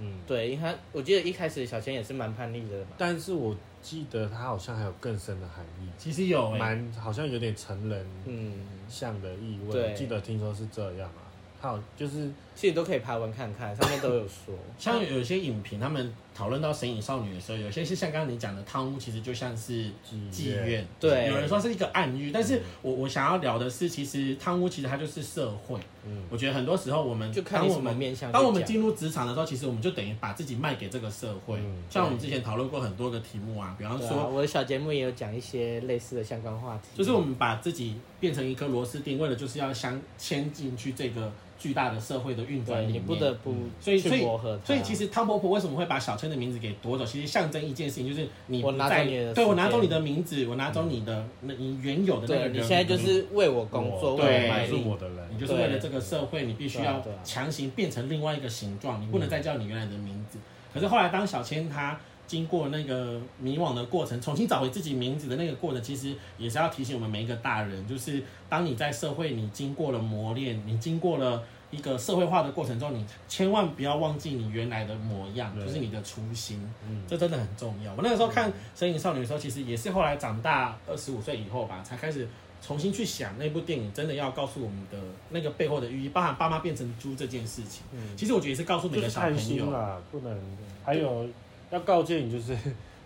Speaker 3: 嗯，
Speaker 2: 对，因为他我记得一开始小千也是蛮叛逆的嘛，
Speaker 3: 但是我记得他好像还有更深的含义，
Speaker 1: 其实有哎、
Speaker 3: 蛮好像有点成人
Speaker 2: 嗯，
Speaker 3: 像的意味。
Speaker 2: 对
Speaker 3: 我记得听说是这样啊，他好就是
Speaker 2: 其实都可以爬文看看，上面都有说，
Speaker 1: 像有些影评，他们讨论到《神隐少女》的时候，有些是像刚刚你讲的贪污，其实就像是
Speaker 3: 妓
Speaker 1: 妓院，
Speaker 2: 对嗯
Speaker 1: 有人说是一个暗喻，但是我我想要聊的是，其实贪污其实它就是社会，
Speaker 3: 嗯
Speaker 1: 我觉得很多时候我们
Speaker 2: 就看
Speaker 1: 当
Speaker 2: 你
Speaker 1: 我
Speaker 2: 什么
Speaker 1: 们
Speaker 2: 面向去讲。
Speaker 1: 当我们进入职场的时候，其实我们就等于把自己卖给这个社会。
Speaker 3: 嗯
Speaker 1: 像我们之前讨论过很多个题目啊，比方
Speaker 2: 对啊
Speaker 1: 说、
Speaker 2: 我的小节目也有讲一些类似的相关话题，
Speaker 1: 就是我们把自己变成一颗螺丝钉，为了就是要相先进去这个巨大的社会的运转
Speaker 2: 对
Speaker 1: 里
Speaker 2: 你
Speaker 1: 面。嗯
Speaker 2: 不得不
Speaker 1: 所以所
Speaker 2: 去
Speaker 1: 以
Speaker 2: 磨合它
Speaker 1: 所以其实汤婆婆为什么会把小千的名字给夺走？其实象征一件事情，就是你
Speaker 2: 我
Speaker 1: 不
Speaker 2: 拿
Speaker 1: 在
Speaker 2: 走你的
Speaker 1: 对
Speaker 2: 时
Speaker 1: 我拿走
Speaker 2: 间
Speaker 1: 你的名字，我拿走你的、那你原有的那个
Speaker 2: 对
Speaker 1: 人
Speaker 2: 你现在就是为我工作，
Speaker 3: 我
Speaker 2: 为我
Speaker 1: 对
Speaker 2: 卖
Speaker 3: 是
Speaker 2: 力，
Speaker 3: 我的人，
Speaker 1: 你就是为了这个社会，你必须要
Speaker 2: 对啊嗯
Speaker 1: 强行变成另外一个形状，你不能再叫你原来的名字。可是后来，当小千她经过那个迷惘的过程，重新找回自己名字的那个过程，其实也是要提醒我们每一个大人，就是当你在社会，你经过了磨练，你经过了一个社会化的过程中，你千万不要忘记你原来的模样，
Speaker 3: 对
Speaker 1: 就是你的初心。
Speaker 3: 嗯
Speaker 1: 这真的很重要。我那个时候
Speaker 2: 嗯
Speaker 1: 看《神隐少女》的时候，其实也是后来长大二十五岁以后吧，才开始重新去想那部电影真的要告诉我们的那个背后的寓意，包含爸妈变成猪这件事情。
Speaker 2: 嗯，
Speaker 1: 其实我觉得也是告诉每
Speaker 3: 就
Speaker 1: 个
Speaker 3: 是
Speaker 1: 小
Speaker 3: 贪
Speaker 1: 朋
Speaker 3: 心
Speaker 1: 友，
Speaker 3: 啦，不能。还有要告诫你，就是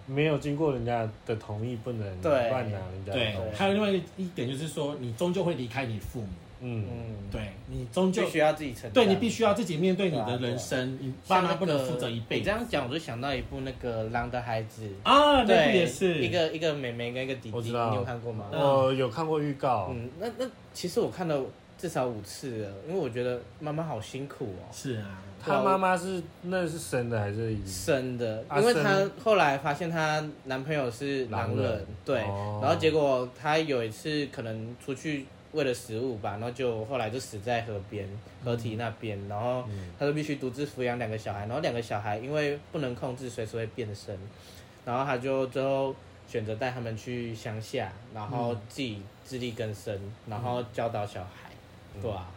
Speaker 3: 没有经过人家的同意，不能
Speaker 2: 对
Speaker 3: 乱拿人家的
Speaker 1: 对
Speaker 3: 东。西。
Speaker 1: 还有另外一点就是说，你终究会离开你父母，
Speaker 3: 嗯，
Speaker 2: 嗯，
Speaker 1: 对你终究
Speaker 2: 必须要自己承担，
Speaker 1: 对你必须要自己面对你
Speaker 2: 对
Speaker 1: 的
Speaker 2: 啊对啊
Speaker 1: 人生，你爸
Speaker 2: 像
Speaker 1: 妈
Speaker 2: 那
Speaker 1: 不
Speaker 2: 个
Speaker 1: 能负责一辈
Speaker 2: 你
Speaker 1: 子
Speaker 2: 这样讲，我就想到一部那个《狼的孩子》，
Speaker 1: 啊。那
Speaker 2: 对，
Speaker 1: 部也是嗯
Speaker 2: 一个一个妹妹跟一个弟弟，
Speaker 3: 我
Speaker 2: 你
Speaker 3: 知道
Speaker 2: 有看过吗？
Speaker 3: 我有看过预告，
Speaker 2: 嗯，那那其实我看了至少五次了，因为我觉得妈妈好辛苦哦，
Speaker 3: 嗯
Speaker 1: 是 啊，
Speaker 3: 他妈妈是那是生的还是？
Speaker 2: 生的，
Speaker 3: 啊
Speaker 2: 因为
Speaker 3: 生
Speaker 2: 她后来发现她男朋友是狼
Speaker 3: 狼
Speaker 2: 人
Speaker 3: 人，
Speaker 2: 对，
Speaker 3: 哦
Speaker 2: 然后结果她有一次可能出去为了食物吧，然后就后来就死在河边河
Speaker 3: 嗯
Speaker 2: 堤那边，然后她就必须独自抚养两个小孩，然后两个小孩因为不能控制，随时会变身，然后她就最后选择带他们去乡下，然后自己自力更生，然后教导小孩，
Speaker 3: 嗯
Speaker 2: 对啊，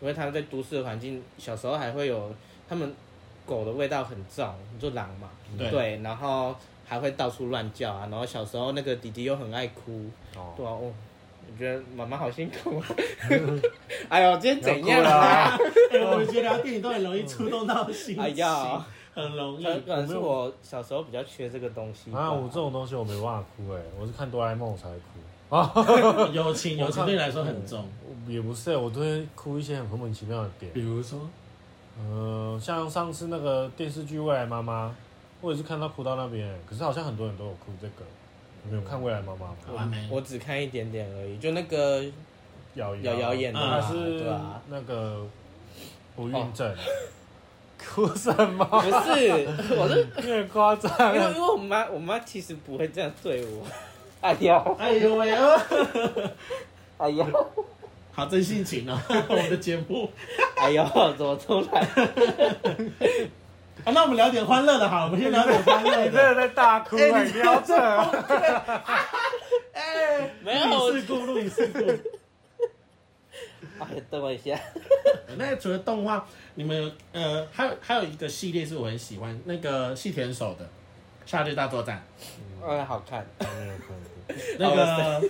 Speaker 2: 因为他们在都市的环境，小时候还会有他们狗的味道很重，就狼嘛，
Speaker 1: 对
Speaker 2: 然后还会到处乱叫啊，然后小时候那个弟弟又很爱哭，
Speaker 3: 哦
Speaker 2: 对啊，哦，我觉得妈妈好辛 苦，啊 哎呦，今天怎
Speaker 3: 不要
Speaker 2: 样
Speaker 3: 哭啦
Speaker 2: 啊？
Speaker 1: 哎我觉得电影都很容易触动到心
Speaker 2: 哎
Speaker 1: 情
Speaker 2: 呀，
Speaker 1: 很容易。
Speaker 2: 可可能是我小时候比较缺这个东西吧
Speaker 3: 啊，我这种东西我没办法哭哎、我是看哆啦 A 梦我才会哭啊，
Speaker 1: 友情，友情对你来说很重。
Speaker 3: 也不是、欸，我都会哭一些很莫名其妙的点
Speaker 1: 比，如说，
Speaker 3: 嗯、像上次那个电视剧《未来妈妈》，我也是看到哭到那边欸、可是好像很多人都有哭这个，你有看《未来妈妈》吗？
Speaker 1: 完美
Speaker 2: 我只看一点点而已，就那个
Speaker 3: 瑶
Speaker 2: 瑶瑶演的
Speaker 3: 她
Speaker 2: 嘛，
Speaker 3: 是
Speaker 2: 对啊，哦
Speaker 3: 那个不孕症，哭什么
Speaker 2: 不？是，我是
Speaker 3: 越夸张啊
Speaker 2: 因为因为我妈我妈其实不会这样对我，哎呀
Speaker 1: 哎呦喂，哦
Speaker 2: 哎呀。
Speaker 1: 好真性情哦， 我们的节目。
Speaker 2: 哎呦，怎么突然？
Speaker 1: 啊，那我们聊点欢乐的好，我们先聊点欢乐
Speaker 3: 你真
Speaker 1: 的。
Speaker 3: 的在大哭、啊，你不要这 样。
Speaker 1: 哎，
Speaker 2: 没有
Speaker 1: 录影事故，录影事故。
Speaker 2: 哎，等我一下。
Speaker 1: 那除了动画，你们有呃，还有还有一个系列是我很喜欢，那个细田守的《夏日大作战
Speaker 2: 哎，好看。
Speaker 3: 没有看过》，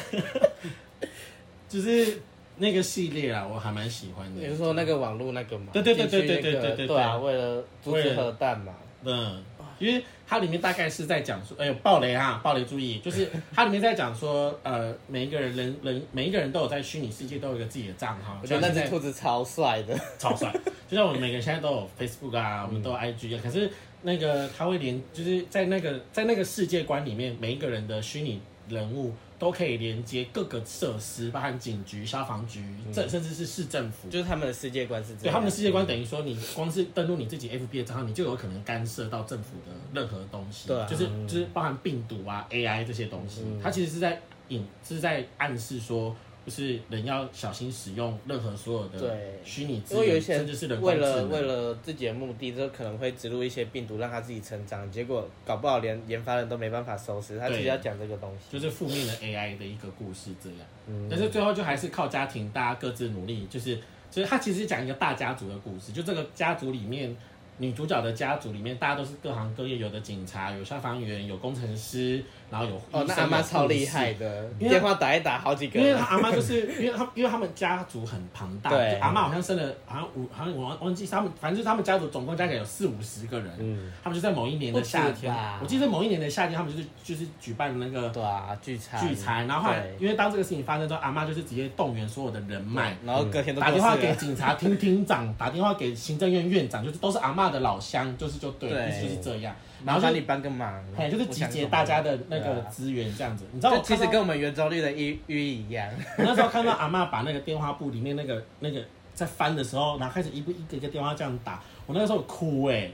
Speaker 1: 那个 就是那个系列啊，我还蛮喜欢
Speaker 2: 你
Speaker 1: 的。
Speaker 2: 是说那个网络那个吗？
Speaker 1: 对对对对对对
Speaker 2: 进去那个
Speaker 1: 对对对
Speaker 2: 对啊，为了阻止核弹嘛。
Speaker 1: 嗯，因为它里面大概是在讲说，哎呦，暴雷啊，暴雷注意，就是它里面在讲说，呃，每一个人人人每一个人都有在虚拟世界都有一个自己的账号，
Speaker 2: 我觉得那
Speaker 1: 像现在
Speaker 2: 只兔子超帅的。
Speaker 1: 超帅，就像我们每个人现在都有 Facebook 啊，我们都有 IG 啊，可是那个它会连，就是在那个在那个世界观里面，每一个人的虚拟人物。都可以连接各个设施，包含警局、消防局，
Speaker 2: 嗯
Speaker 1: 这甚至是市政府，
Speaker 2: 就是他们的世界观是这
Speaker 1: 对
Speaker 2: 样。
Speaker 1: 他们的世界观，等于说你光是登录你自己 FB 的账号，你就有可能干涉到政府的任何东西，
Speaker 2: 对啊嗯
Speaker 1: 就是就是包含病毒啊、AI 这些东西，它其实是在引是在暗示说就是人要小心使用任何所有的
Speaker 2: 对，
Speaker 1: 虚拟资
Speaker 2: 因为有一
Speaker 1: 源，
Speaker 2: 些
Speaker 1: 甚至是人
Speaker 2: 人
Speaker 1: 工
Speaker 2: 为
Speaker 1: 智
Speaker 2: 了
Speaker 1: 能。
Speaker 2: 为了自己的目的，就可能会植入一些病毒让它自己成长，结果搞不好连研发人都没办法收拾。他
Speaker 1: 对
Speaker 2: 其实要讲这个东
Speaker 1: 就
Speaker 2: 西，
Speaker 1: 是负面的 AI 的一个故事这样。
Speaker 3: 嗯
Speaker 1: 但是最后就还是靠家庭，大家各自努力，就是就是他其实讲一个大家族的故事，就这个家族里面。女主角的家族里面，大家都是各行各业，有的警察，有消防员，有工程师，然后有
Speaker 2: 哦
Speaker 1: 医，
Speaker 2: 那
Speaker 1: 生
Speaker 2: 阿妈
Speaker 1: 有
Speaker 2: 超
Speaker 1: 护
Speaker 2: 厉
Speaker 1: 士
Speaker 2: 害的，
Speaker 1: 因为
Speaker 2: 电话打一打好几个
Speaker 1: 因为
Speaker 2: 人
Speaker 1: 他。阿妈就是因为他因为他们家族很庞大，
Speaker 2: 对
Speaker 1: 就阿妈好像生了好像五好像我忘忘记是他们，反正就是他们家族总共加起来有四五十个人，
Speaker 3: 嗯，
Speaker 1: 他们就在某一年的夏
Speaker 2: 不止
Speaker 1: 天
Speaker 2: 吧，
Speaker 1: 我记得某一年的夏天，他们就是就是举办那个
Speaker 2: 对啊，聚餐
Speaker 1: 聚餐，然后后来
Speaker 2: 对
Speaker 1: 因为当这个事情发生之后，阿妈就是直接动员所有的人脉。
Speaker 2: 然后隔天都
Speaker 1: 打
Speaker 2: 过
Speaker 1: 电话
Speaker 2: 世了
Speaker 1: 给警察厅厅长，打电话给行政院院长，就是都是阿妈的老乡，就是就对，
Speaker 2: 对
Speaker 1: 意思就是这样。然
Speaker 2: 然后
Speaker 1: 后
Speaker 2: 帮
Speaker 1: 就
Speaker 2: 你帮个忙，
Speaker 1: 哎，就是集结大家的那个资源这样子。你知道
Speaker 2: 我
Speaker 1: 我
Speaker 2: 啊想怎么办。这其
Speaker 1: 看
Speaker 2: 实
Speaker 1: 到
Speaker 2: 跟我们圆周率的寓寓意一样，
Speaker 1: 我那时候看到阿嬷把那个电话簿里面那个那个在翻的时候，然后开始一步一个一个电话这样打，我那个时候哭哎、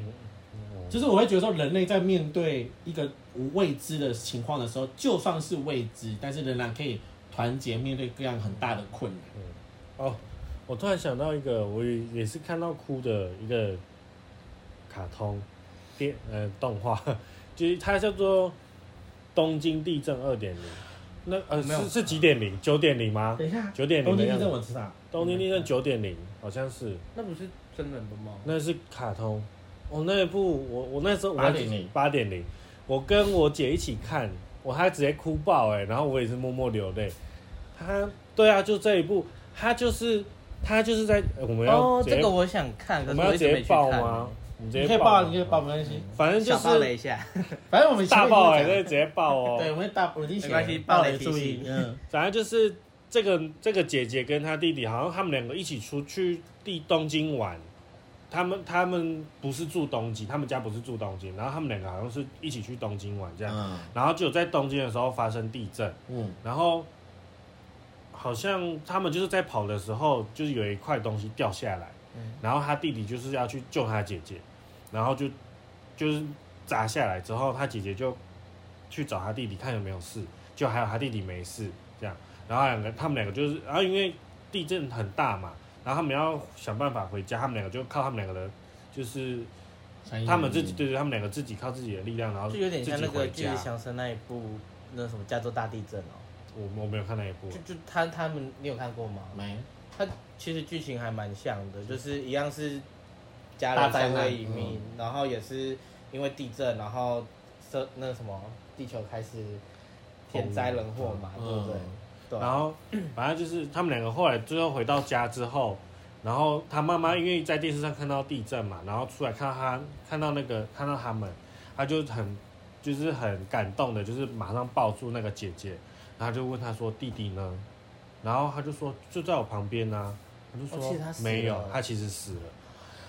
Speaker 1: 就是我会觉得说，人类在面对一个无未知的情况的时候，就算是未知，但是仍然可以团结面对各样很大的困难。
Speaker 3: 哦，我突然想到一个，我也是看到哭的一个卡通电呃动画， 就是它叫做《东京地震二点零》。那呃
Speaker 2: 没有
Speaker 3: 是是几点零？九点零吗？
Speaker 1: 等一下，
Speaker 3: 九点零
Speaker 1: 东
Speaker 3: 的
Speaker 1: 京
Speaker 3: 样
Speaker 1: 地震
Speaker 3: 子。
Speaker 1: 我知道，
Speaker 3: 东京地震九点零好像是，
Speaker 2: 那不是真人的吗？
Speaker 3: 那是卡通。哦，那一部我我那时候我
Speaker 1: 8.0
Speaker 3: 八点零，我跟我姐一起看，我还直接哭爆哎、然后我也是默默流泪。他对啊，就这一部，他就是他就是在呃我们要
Speaker 2: 哦，
Speaker 3: 直接
Speaker 2: 这个我想看，可是
Speaker 3: 我们要
Speaker 2: 我一
Speaker 3: 直
Speaker 2: 直没
Speaker 3: 接
Speaker 2: 去
Speaker 3: 爆
Speaker 2: 看。啊
Speaker 3: 吗？我们直
Speaker 1: 你
Speaker 3: 接
Speaker 1: 可以
Speaker 3: 爆
Speaker 1: 报，啊
Speaker 3: 吗
Speaker 1: 你可以报，没关系。
Speaker 3: 反正就
Speaker 2: 小爆了
Speaker 3: 是
Speaker 2: 一下，
Speaker 1: 反正我们
Speaker 3: 大爆哎、
Speaker 1: 前
Speaker 3: 这
Speaker 1: 面
Speaker 3: 个
Speaker 1: 就
Speaker 3: 直接爆 哦、
Speaker 1: 讲对，我们大我已经写了
Speaker 2: 没关系
Speaker 1: 爆
Speaker 2: 爆
Speaker 1: 雷
Speaker 2: 雷
Speaker 1: 注
Speaker 2: 提
Speaker 1: 意
Speaker 2: 醒，
Speaker 1: 嗯，
Speaker 3: 反正就是这个这个姐姐跟她弟弟，好像他们两个一起出去地东京玩。他们他们不是住东京，他们家不是住东京，然后他们两个好像是一起去东京玩这样，
Speaker 1: 嗯
Speaker 3: 然后就在东京的时候发生地震，
Speaker 1: 嗯
Speaker 3: 然后好像他们就是在跑的时候，就是有一块东西掉下来，
Speaker 2: 嗯
Speaker 3: 然后他弟弟就是要去救他姐姐，然后就就是砸下来之后，他姐姐就去找他弟弟看有没有事，就还有他弟弟没事这样，然后两个他们两个就是，然后因为地震很大嘛，然后他们要想办法回家，他们两个就靠他们两个人就是
Speaker 1: 三一
Speaker 3: 他们自己
Speaker 1: 零
Speaker 3: 对对，他们两个自己靠自己的力量，然后
Speaker 2: 哎就有点
Speaker 3: 自
Speaker 2: 像
Speaker 3: 己
Speaker 2: 那个
Speaker 3: 回
Speaker 2: 《巨
Speaker 3: 家
Speaker 2: 石。强森》那一部，那什么加州大地震哦，
Speaker 3: 我我没有看那一部
Speaker 2: 就，就他他们，你有看过吗？
Speaker 1: 没
Speaker 2: 它其实剧情还蛮像的，就是一样是家人相位移民，
Speaker 3: 嗯
Speaker 2: 然后也是因为地震，然后这那个什么地球开始天灾人祸嘛，
Speaker 1: 嗯
Speaker 2: 对不对？对
Speaker 3: 然
Speaker 2: 啊，
Speaker 3: 后反正就是他们两个后来最后回到家之后，然后他妈妈因为在电视上看到地震嘛，然后出来看到他看到那个看到他们，他就很就是很感动的，就是马上抱住那个姐姐，然后就问他说弟弟呢？然后他就说就在我旁边啊，他就说、
Speaker 2: 哦其实他死了
Speaker 3: 没有，他其实死了。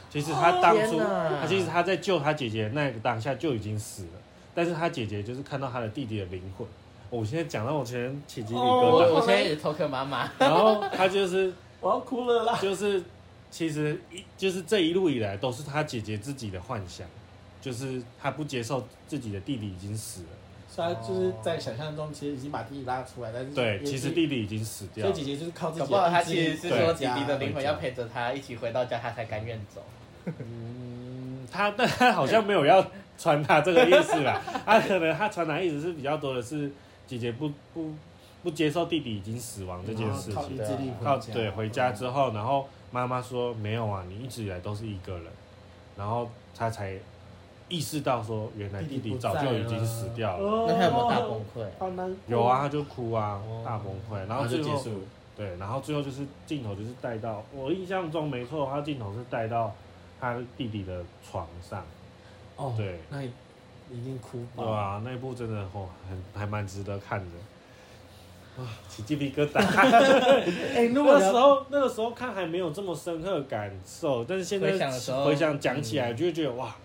Speaker 3: 其实
Speaker 2: 哦
Speaker 3: 他当初，
Speaker 2: 天哪
Speaker 3: 他其实他在救他姐姐的那个当下就已经死了，但是他姐姐就是看到他的弟弟的灵魂。哦我现在讲到我全身起鸡皮疙瘩。
Speaker 2: 我我现在也头壳麻麻，
Speaker 3: 然后他就是
Speaker 1: 我要哭了啦。
Speaker 3: 就是，其实一就是这一路以来都是他姐姐自己的幻想，就是他不接受自己的弟弟已经死了，
Speaker 1: 虽然就是在想象中，其实已经把弟弟拉出来，但是
Speaker 3: 对，
Speaker 1: 也
Speaker 3: 其实
Speaker 1: 是
Speaker 3: 弟弟已经死
Speaker 1: 所以
Speaker 3: 掉了
Speaker 1: 姐，姐就是靠自己
Speaker 2: 搞
Speaker 1: 的意志力回家。
Speaker 2: 不好他其实是说弟弟的灵
Speaker 3: 灵魂
Speaker 2: 魂
Speaker 3: 要
Speaker 2: 要
Speaker 3: 陪
Speaker 2: 陪着他一起回到家，他才甘愿走。
Speaker 3: 嗯，他但他好像没有要传达这个意思啦，他可能他传达意思是比较多的是姐姐不不不接受弟弟已经死亡这件
Speaker 1: 然后
Speaker 3: 事
Speaker 1: 靠
Speaker 3: 情
Speaker 1: 意，志力回
Speaker 3: 靠
Speaker 1: 家
Speaker 3: 对回家之后，然后妈妈说没有啊，你一直以来都是一个人，然后他才意识到说原来弟弟早就已经死掉了。
Speaker 1: 哦
Speaker 2: 那他有没有大崩溃？
Speaker 1: 好难过
Speaker 3: 有啊，，他就哭啊
Speaker 2: 哦，
Speaker 3: 大崩溃，然
Speaker 1: 然
Speaker 3: 后
Speaker 1: 后
Speaker 3: 最
Speaker 1: 就结
Speaker 3: 后
Speaker 1: 束了。
Speaker 3: 对，然后最后就是镜头就是带到我印象中没错，他镜头是带到他弟弟的床上，
Speaker 1: 哦
Speaker 3: 对
Speaker 1: 那一定哭爆。
Speaker 3: 对啊，那一部真的哦，很还蛮值得看的，哇，起鸡皮 疙瘩。
Speaker 1: 哎， 那
Speaker 3: 那
Speaker 1: 我
Speaker 3: 个
Speaker 1: 聊
Speaker 3: 时候那个时候看还没有这么深刻的感受，但是现在
Speaker 2: 回想的时候嗯
Speaker 3: 回想讲起来就会觉得哇，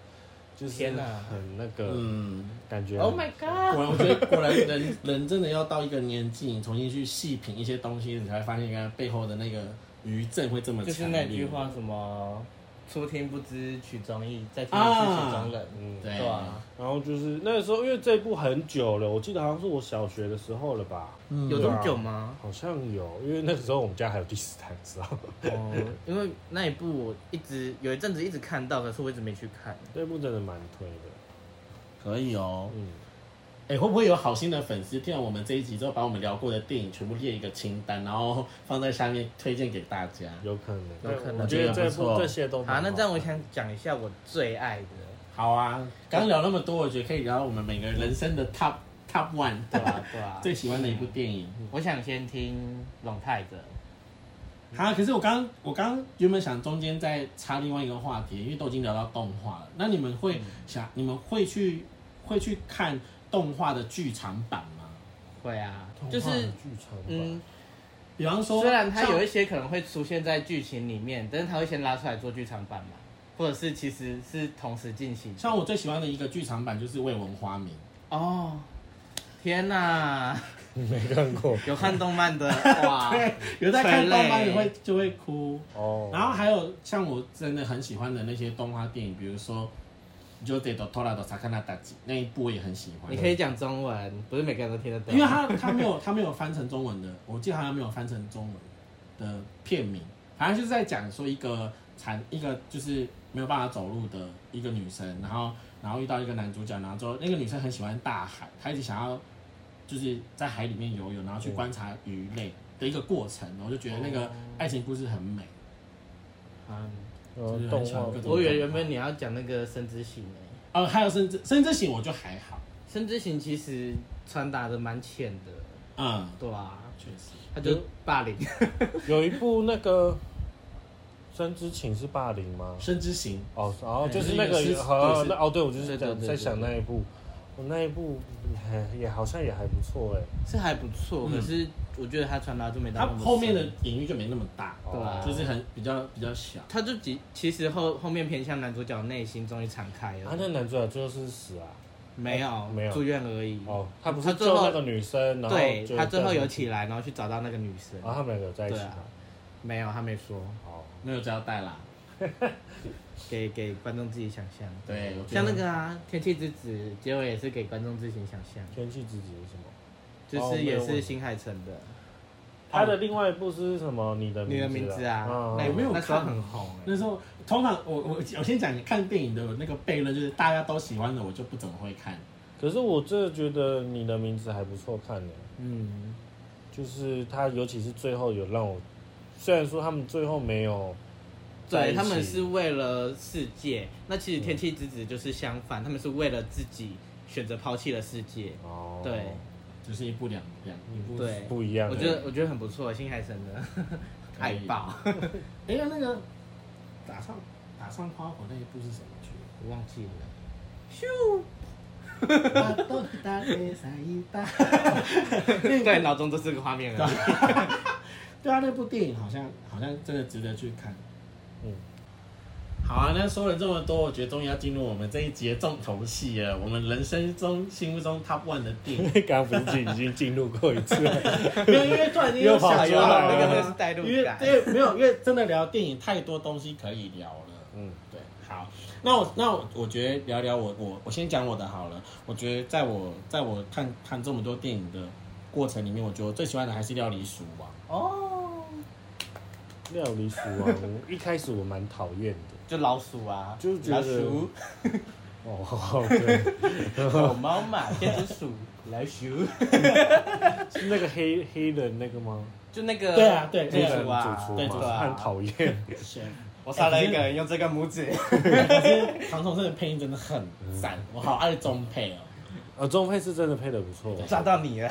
Speaker 3: 就是
Speaker 2: 天哪
Speaker 3: 很那个
Speaker 1: 嗯，
Speaker 3: 感觉很。
Speaker 2: Oh my
Speaker 1: 果
Speaker 2: god！
Speaker 1: 然，我觉得果然人人真的要到一个年纪，你重新去细品一些东西，你才会发现原来背后的那个余震会这么
Speaker 2: 就是
Speaker 1: 强
Speaker 2: 那
Speaker 1: 烈。
Speaker 2: 句话，什么初听不知曲中意，再听一次曲中人，
Speaker 3: 嗯，
Speaker 1: 对
Speaker 2: 对啊，
Speaker 3: 然后就是那个时候，因为这一部很久了，我记得好像是我小学的时候了吧，
Speaker 1: 嗯
Speaker 2: 有这么久吗？
Speaker 3: 好像有，因为那个时候我们家还有第四台，你知道吗？
Speaker 2: 哦，因为那一部我一直有一阵子一直看到，可是我一直没去看。
Speaker 3: 那一部真的蛮推的，
Speaker 1: 可以哦。
Speaker 3: 嗯，
Speaker 1: 哎、会不会有好心的粉丝听了我们这一集之后，把我们聊过的电影全部列一个清单，然后放在下面推荐给大家？
Speaker 3: 有可能，
Speaker 2: 有可能
Speaker 3: 我觉得这
Speaker 1: 我觉
Speaker 3: 一
Speaker 1: 得不错
Speaker 3: 部这些都蛮
Speaker 2: 好，那这样我
Speaker 3: 看
Speaker 2: 想讲一下我最爱的，
Speaker 1: 好啊，刚聊那么多，我觉得可以聊到我们每个人人生的 top top one，
Speaker 2: 对吧、对啊吧、
Speaker 1: 最喜欢的一部电影。
Speaker 2: 我想先听龙泰的，
Speaker 1: 好、可是我刚我刚原本想中间再插另外一个话题，因为都已经聊到动画了，那你们会
Speaker 2: 嗯
Speaker 1: 想，你们会去会去看动画的剧场版吗？
Speaker 2: 会啊，就
Speaker 3: 就是是剧场版，
Speaker 2: 嗯，
Speaker 1: 比方说，
Speaker 2: 虽然它
Speaker 1: 像
Speaker 2: 有一些可能会出现在剧情里面，但是它会先拉出来做剧场版嘛，或者是其实是同时进行。
Speaker 1: 像我最喜欢的一个剧场版就是《未闻花名》。
Speaker 2: 哦，天哪、
Speaker 3: 没看过
Speaker 2: 有看动漫的哇，
Speaker 1: 有在看
Speaker 2: 催泪
Speaker 1: 动漫你会就会哭，
Speaker 3: 哦。
Speaker 1: 然后还有像我真的很喜欢的那些动画电影，比如说《就得到偷拉的萨卡纳达吉》那一部我也很喜欢，
Speaker 2: 你可以讲中文，不是每个人都听得懂。
Speaker 1: 因为他他没有他没有翻成中文的，我记得好像没有翻成中文的片名，反正就是在讲说一个残一个就是没有办法走路的一个女生，然后然后遇到一个男主角，然后之后那个女生很喜欢大海，她一直想要就是在海里面游泳，然后去观察鱼类的一个过程，我就觉得那个爱情故事很美。
Speaker 2: 嗯，
Speaker 1: 就
Speaker 3: 有
Speaker 1: 是很
Speaker 3: 呃动
Speaker 1: 喜欢各
Speaker 3: 画
Speaker 1: 种
Speaker 2: 我以为原本你要讲那个生之行诶、
Speaker 1: 哦，还有甚至甚至醒我就还好，
Speaker 2: 生之行其实传达的蛮浅的，
Speaker 1: 嗯，
Speaker 2: 对啊，
Speaker 1: 确实，
Speaker 2: 他就霸凌，
Speaker 3: 有一部那个《生之情》是霸凌吗？
Speaker 1: 深之行
Speaker 3: 哦，然后就是那
Speaker 1: 对是一个是
Speaker 3: 个好，
Speaker 1: 对
Speaker 3: 那哦，对，我就是
Speaker 2: 对对
Speaker 3: 在
Speaker 2: 对
Speaker 3: 在
Speaker 2: 对
Speaker 3: 想那一部，我那一部也也好像也还不错哎。
Speaker 2: 是还不错，
Speaker 1: 嗯
Speaker 2: 可是我觉得他传达就没到
Speaker 1: 它
Speaker 2: 那么深
Speaker 1: 后面的隐喻就没那么大，
Speaker 2: 对
Speaker 3: 哦
Speaker 2: 啊
Speaker 1: 就是很比较比较小。
Speaker 2: 他就其其实后后面偏向男主角内心终于敞开了，
Speaker 3: 啊，那男主角最后是死啊？
Speaker 2: 没有
Speaker 3: 没有
Speaker 2: 住院而已。
Speaker 3: 哦，他不
Speaker 2: 嗯他
Speaker 3: 是
Speaker 2: 最
Speaker 3: 救
Speaker 2: 后
Speaker 3: 那个女生，然后
Speaker 2: 对
Speaker 3: 就
Speaker 2: 他最后有起来，然后去找到那个女生，
Speaker 3: 然后他们两个有在一起
Speaker 2: 啊
Speaker 3: 吗？
Speaker 2: 没有，他没说，
Speaker 3: 哦，
Speaker 1: 没有交代啦。
Speaker 2: 给给观众自己想象。
Speaker 1: 对，我觉
Speaker 2: 像
Speaker 1: 得
Speaker 2: 那个啊，哦《天气之子》结尾也是给观众自行想象，
Speaker 3: 天气之子是什么？
Speaker 2: 就是也是新海诚的
Speaker 3: 他的另外一部是什么？你的
Speaker 2: 《你的名字》
Speaker 3: 嗯
Speaker 2: 啊，那一部
Speaker 1: 没有
Speaker 2: 那时候
Speaker 1: 看
Speaker 2: 很红欸
Speaker 1: 那时候通常我我我先讲看电影的那个悖论，就是大家都喜欢的，我就不怎么会看。
Speaker 3: 可是我真的觉得你的名字还不错看呢，欸
Speaker 2: 嗯，
Speaker 3: 就是他尤其是最后有让我，虽然说他们最后没有在一
Speaker 2: 对
Speaker 3: 起，
Speaker 2: 他们是为了世界，那其实《天气之子》就是相反，他们是为了自己选择抛弃了世界。
Speaker 3: 哦，
Speaker 2: 对，
Speaker 1: 就是一部两两一部。
Speaker 2: 对
Speaker 3: 不一样欸。
Speaker 2: 我觉得我觉得很不错，新海诚 的
Speaker 1: 可
Speaker 2: 爱
Speaker 1: 以
Speaker 2: 爆，
Speaker 1: 哎呀，那个打上打上花火那一部是什么剧？
Speaker 2: 我忘记了。 对，脑中都是个画面 了。
Speaker 1: 对啊，那部电影好像好像真的值得去看。
Speaker 3: 嗯，
Speaker 1: 好啊，那说了这么多，我觉得终于要进入我们这一节重头戏了。我们人生中心目中 top one 的电 影，
Speaker 3: 刚刚不是已经进入过一次 了？
Speaker 1: 没有因为突然间又
Speaker 3: 又跑
Speaker 1: 想
Speaker 3: 出来
Speaker 1: 到
Speaker 3: 了
Speaker 1: 那
Speaker 3: 那
Speaker 1: 个
Speaker 2: 个代入感
Speaker 1: 因为因为没有，因为真的聊电影太多东西可以聊了。
Speaker 3: 嗯，
Speaker 1: 对，好，那我那我我觉得聊聊我我我先讲我的好了。我觉得在我在我看看这么多电影的过程里面，我觉得我最喜欢的还是《料理鼠王》。
Speaker 2: 哦，
Speaker 3: 料理鼠王，我一开始我蛮讨厌的，
Speaker 2: 就老鼠啊，
Speaker 3: 就是觉
Speaker 2: 老
Speaker 3: 得
Speaker 2: 鼠、
Speaker 3: 哦， 对，
Speaker 2: 狗猫嘛，天竺鼠、老鼠，
Speaker 3: 是那个黑黑人那个吗？
Speaker 2: 就那个
Speaker 1: 对啊对
Speaker 3: 黑
Speaker 2: 天
Speaker 1: 对
Speaker 2: 竺
Speaker 3: 人
Speaker 2: 鼠啊，
Speaker 3: 主
Speaker 1: 对
Speaker 3: 厨
Speaker 1: 主
Speaker 2: 厨
Speaker 3: 嘛，
Speaker 2: 啊
Speaker 3: 很讨厌。
Speaker 2: 我杀了一个人，用这个拇指。
Speaker 1: 可是唐崇盛的配音真的很赞，我好爱中配哦。
Speaker 3: 呃，中配是真的配的不错，
Speaker 2: 抓到你了，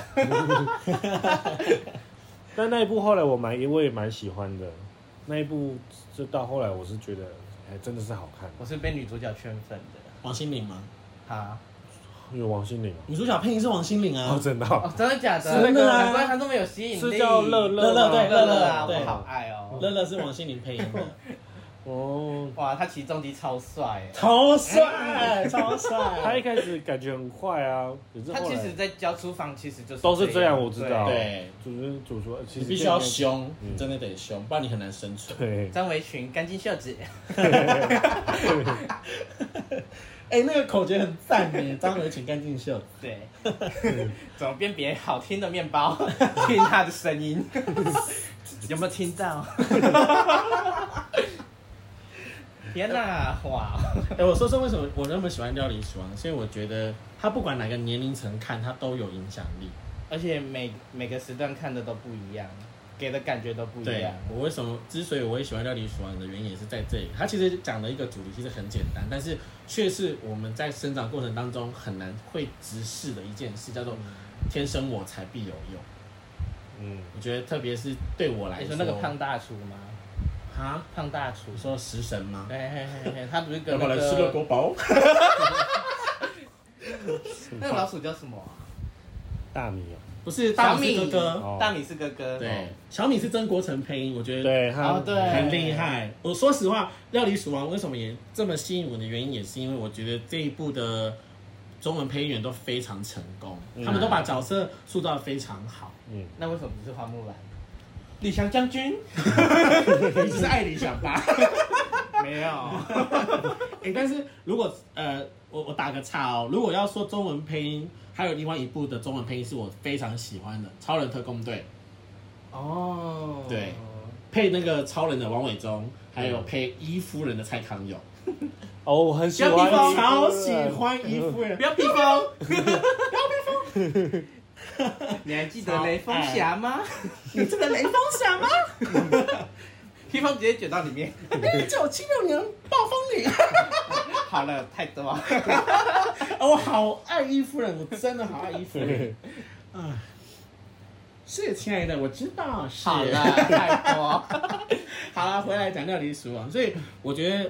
Speaker 3: 但那一部后来我蛮我也蛮喜欢的，那一部就到后来我是觉得，哎，真的是好看。
Speaker 2: 我是被女主角圈粉的。
Speaker 1: 王心凌吗？
Speaker 2: 好，
Speaker 3: 有王心凌
Speaker 1: 女主角配音是王心凌啊
Speaker 3: 哦，。真的哦，
Speaker 2: 哦，真的假的？
Speaker 1: 是那个啊
Speaker 2: 难怪他这么有吸引力。
Speaker 3: 是叫乐
Speaker 1: 乐乐对
Speaker 2: 乐乐啊，
Speaker 1: 乐乐
Speaker 2: 我好爱哦。
Speaker 1: 乐乐是王心凌配音的，
Speaker 3: 哦，
Speaker 2: 哇，他骑重机超帅耶，
Speaker 1: 超帅，超帅，
Speaker 3: 他一开始感觉很快啊，可是
Speaker 2: 他
Speaker 3: 后
Speaker 2: 其
Speaker 3: 来
Speaker 2: 实在教厨房其实就是
Speaker 3: 都是这样我知道
Speaker 2: 对
Speaker 1: 对，
Speaker 3: 主持主厨其
Speaker 1: 你
Speaker 3: 实
Speaker 1: 必须要凶，
Speaker 3: 嗯
Speaker 1: 你真的得凶，不然你很难生存。
Speaker 3: 对，
Speaker 2: 张维群干净袖子，
Speaker 1: 哎、那个口诀很赞 耶，张伟请干净秀。
Speaker 2: 对，
Speaker 1: 嗯
Speaker 2: 怎么辨别好听的面包？ 听他的 声音，有没有听到？ 天哪、哇！
Speaker 1: 哎、我说说为什么我那么喜欢料理鼠王，是因为我觉得他不管哪个年龄层看，他都有影响力。
Speaker 2: 而且每每个时段看的都不一样，给的感觉都不一
Speaker 1: 对
Speaker 2: 样。
Speaker 1: 我为什么之所以我会喜欢料理鼠王的原因也是在这里，他其实讲的一个主题其实很简单，但是却是我们在生长过程当中很难会直视的一件事，叫做天生我材必有用。
Speaker 3: 嗯，
Speaker 1: 我觉得特别是对我来
Speaker 2: 哎你
Speaker 1: 说，
Speaker 2: 说那个胖大厨吗？
Speaker 1: 啊，
Speaker 2: 胖大厨
Speaker 1: 你，说食神吗？
Speaker 2: 嘿嘿嘿嘿，他不是
Speaker 1: 要
Speaker 2: 跟
Speaker 1: 不
Speaker 2: 那
Speaker 1: 要来吃热
Speaker 2: 个
Speaker 1: 狗堡？
Speaker 2: 那个老鼠叫什么啊、
Speaker 3: 大米哦，
Speaker 1: 不是哦大米
Speaker 2: 小
Speaker 1: 是
Speaker 2: 米
Speaker 1: 哥哥。
Speaker 3: 哦
Speaker 2: 大米是哥哥，
Speaker 1: 对，小米是曾国成配音，我觉得
Speaker 3: 对，他嗯
Speaker 2: 哦对
Speaker 1: 很厉害。我说实话，《料理鼠王》为什么也这么吸引我的原因，也是因为我觉得这一部的中文配音员都非常成功，
Speaker 3: 嗯
Speaker 1: 他们都把角色塑造得非常好。
Speaker 3: 嗯，
Speaker 2: 那为什么不是花木兰？李翔 将军
Speaker 1: 你只是爱理想吧？
Speaker 2: 没有，
Speaker 1: 哎、但是如果呃，我我打个岔哦，如果要说中文配音，还有另外一部的中文配音是我非常喜欢的《超人特工队》。
Speaker 2: 哦，
Speaker 1: 对配那个超人的王伟忠，还有配伊夫人的蔡康永，
Speaker 3: 哦，我很喜欢，
Speaker 1: 我超喜欢 伊夫
Speaker 3: 嗯
Speaker 1: 人
Speaker 2: 不，要逼疯，不要逼疯。你还记得雷锋侠 吗？
Speaker 1: 你这个雷锋侠 吗？
Speaker 2: 披风直接卷到里面。
Speaker 1: 一哎九七六年暴风雨。
Speaker 2: 好了，太多了。
Speaker 1: 哦， 我好爱伊夫人，我真的好爱伊夫 人。啊，是亲爱的，我知道是。
Speaker 2: 好了，太多。
Speaker 1: 好了，回来讲料理鼠王，所以我觉得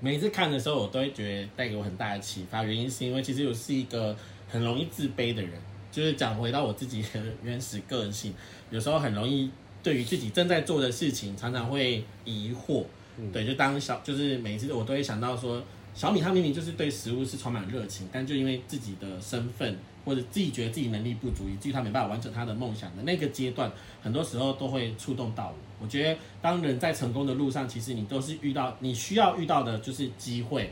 Speaker 1: 每次看的时候，我都会觉得带给我很大的启发。原因是因为其实我是一个很容易自卑的人，就是讲回到我自己的 原始个性，有时候很容易对于自己正在做的事情常常会疑惑。
Speaker 3: 嗯
Speaker 1: 对，就当小就是每次我都会想到说，小米他明明就是对食物是充满热情，但就因为自己的身份或者自己觉得自己能力不足，以至于他没办法完成他的梦想的那个阶段，很多时候都会触动到我。我觉得，当人在成功的路上，其实你都是遇到你需要遇到的就是机会，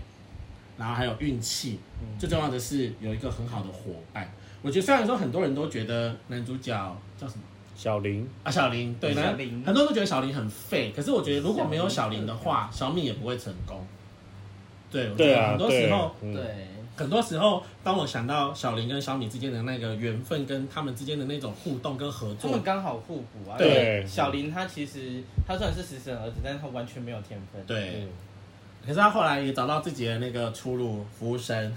Speaker 1: 然后还有运气，最重要的是有一个很好的伙伴。我觉得虽然说很多人都觉得男主角叫什么
Speaker 3: 小林，
Speaker 1: 啊小林，对，
Speaker 2: 小
Speaker 1: 男
Speaker 2: 林
Speaker 1: 很多人都觉得小林很废，可是我觉得如果没有小林的话，小米也不会成功。对，我觉
Speaker 3: 对
Speaker 1: 得
Speaker 3: 啊，
Speaker 1: 很多时候，
Speaker 3: 嗯，
Speaker 2: 对，
Speaker 1: 很多时候，当我想到小林跟小米之间的那个缘分，跟他们之间的那种互动跟合
Speaker 2: 他
Speaker 1: 作
Speaker 2: 们，刚好互补啊。
Speaker 1: 对
Speaker 2: 因为小林他其实他虽然是食神儿子，但是他完全没有天分。
Speaker 1: 对，
Speaker 3: 嗯
Speaker 1: 可是他后来也找到自己的那个出路，服务生，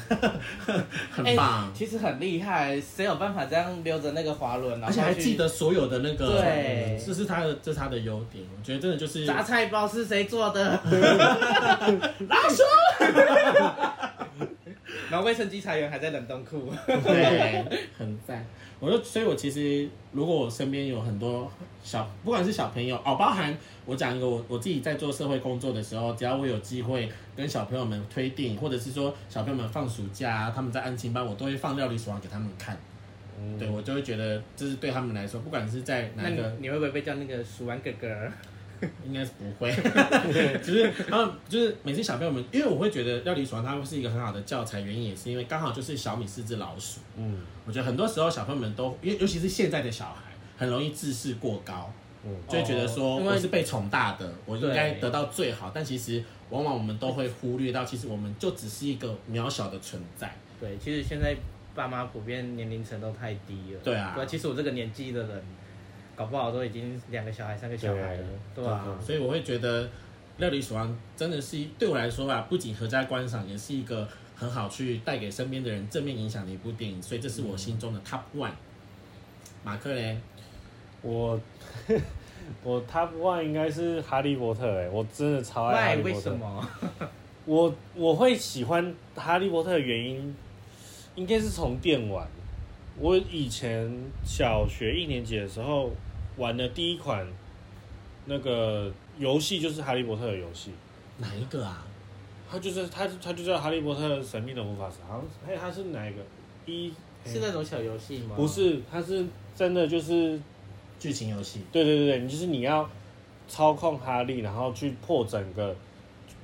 Speaker 1: 很棒，
Speaker 2: 哎其实很厉害，谁有办法这样溜着那个滑轮，然
Speaker 1: 而
Speaker 2: 后
Speaker 1: 且还
Speaker 2: 去
Speaker 1: 记得所有的那个，
Speaker 2: 对
Speaker 1: 这是他的，这是他的优点。我觉得真的就是
Speaker 2: 榨菜包是谁做的？
Speaker 1: 老鼠，
Speaker 2: 然后卫生稽查员还在冷冻库。
Speaker 1: 对，很赞。我就，所以我其实如果我身边有很多小，不管是小朋友哦，包含我讲一个我我自己在做社会工作的时候，只要我有机会跟小朋友们推定，或者是说小朋友们放暑假、啊，他们在安亲班，我都会放料理鼠王给他们看。
Speaker 3: 嗯
Speaker 1: 对，我就会觉得这是对他们来说，不管是在哪
Speaker 2: 那
Speaker 1: 一
Speaker 2: 你
Speaker 1: 个
Speaker 2: 你会不会被叫那个鼠丸哥哥？
Speaker 1: 应该是不会， 就是然后就是每次小朋友们，因为我会觉得料理鼠王它会是一个很好的教材，原因也是因为刚好就是小米是只老鼠，
Speaker 3: 嗯
Speaker 1: 我觉得很多时候小朋友们都，尤尤其是现在的小孩，很容易自视过高，
Speaker 3: 嗯
Speaker 1: 就会觉得说
Speaker 2: 哦因为
Speaker 1: 我是被宠大的，我应该
Speaker 2: 哦对
Speaker 1: 得到最好，但其实往往我们都会忽略到，其实我们就只是一个渺小的存在。
Speaker 2: 对，其实现在爸妈普遍年龄层都太低了。
Speaker 1: 对啊
Speaker 2: 对，其实我这个年纪的人，搞不好都已经两个小孩、三个小孩了。对啊，
Speaker 1: 所以我会觉得《料理鼠王》真的是对我来说吧，不仅合家观赏，也是一个很好去带给身边的人正面影响的一部电影，所以这是我心中的 top one。马克嘞，
Speaker 3: 我 我 top one 应该是哈利波特哎、我真的超爱哈
Speaker 2: Why？
Speaker 3: 利
Speaker 2: 为
Speaker 3: 波
Speaker 2: 什
Speaker 3: 特。
Speaker 2: 么？
Speaker 3: 我我会喜欢哈利波特的原因，应该是从电玩。我以前小学一年级的时候玩的第一款那个游戏就是《哈利波特》的游戏，
Speaker 1: 哪一个啊？
Speaker 3: 它就是它它就叫《哈利波特：神秘的魔法石》，好像哎它是哪一个一？
Speaker 2: 是那种小游戏吗？
Speaker 3: 不，是，它是真的就是
Speaker 1: 剧情游戏
Speaker 3: 对对对对，你就是你要操控哈利，然后去破整个，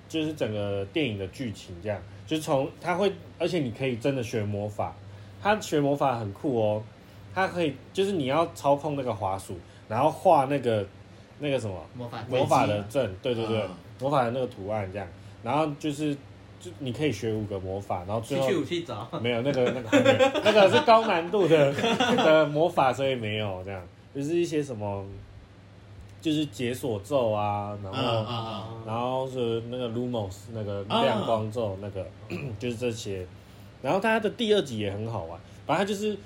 Speaker 3: 就是整个电影的剧情这样。就是从他会，而且你可以真的学魔法，他学魔法很酷哦。他可以就是你要操控那个滑鼠，然后画那个那个什么
Speaker 2: 魔法
Speaker 3: 魔法的阵，对对对，
Speaker 1: 嗯
Speaker 3: 魔法的那个图案这样。然后就是就你可以学五个魔法，然后最
Speaker 4: 去
Speaker 3: 后
Speaker 4: 去武器找，
Speaker 3: 没有那个那个还没有那个是高难度的的魔法，所以没有这样，就是一些什么，就是解锁咒啊，然后、
Speaker 1: 啊啊！
Speaker 3: 然后是那个 Lumos 那个
Speaker 1: 啊
Speaker 3: 亮光咒，那个、 就是这些。然后它的第二集也很好玩，反正它就是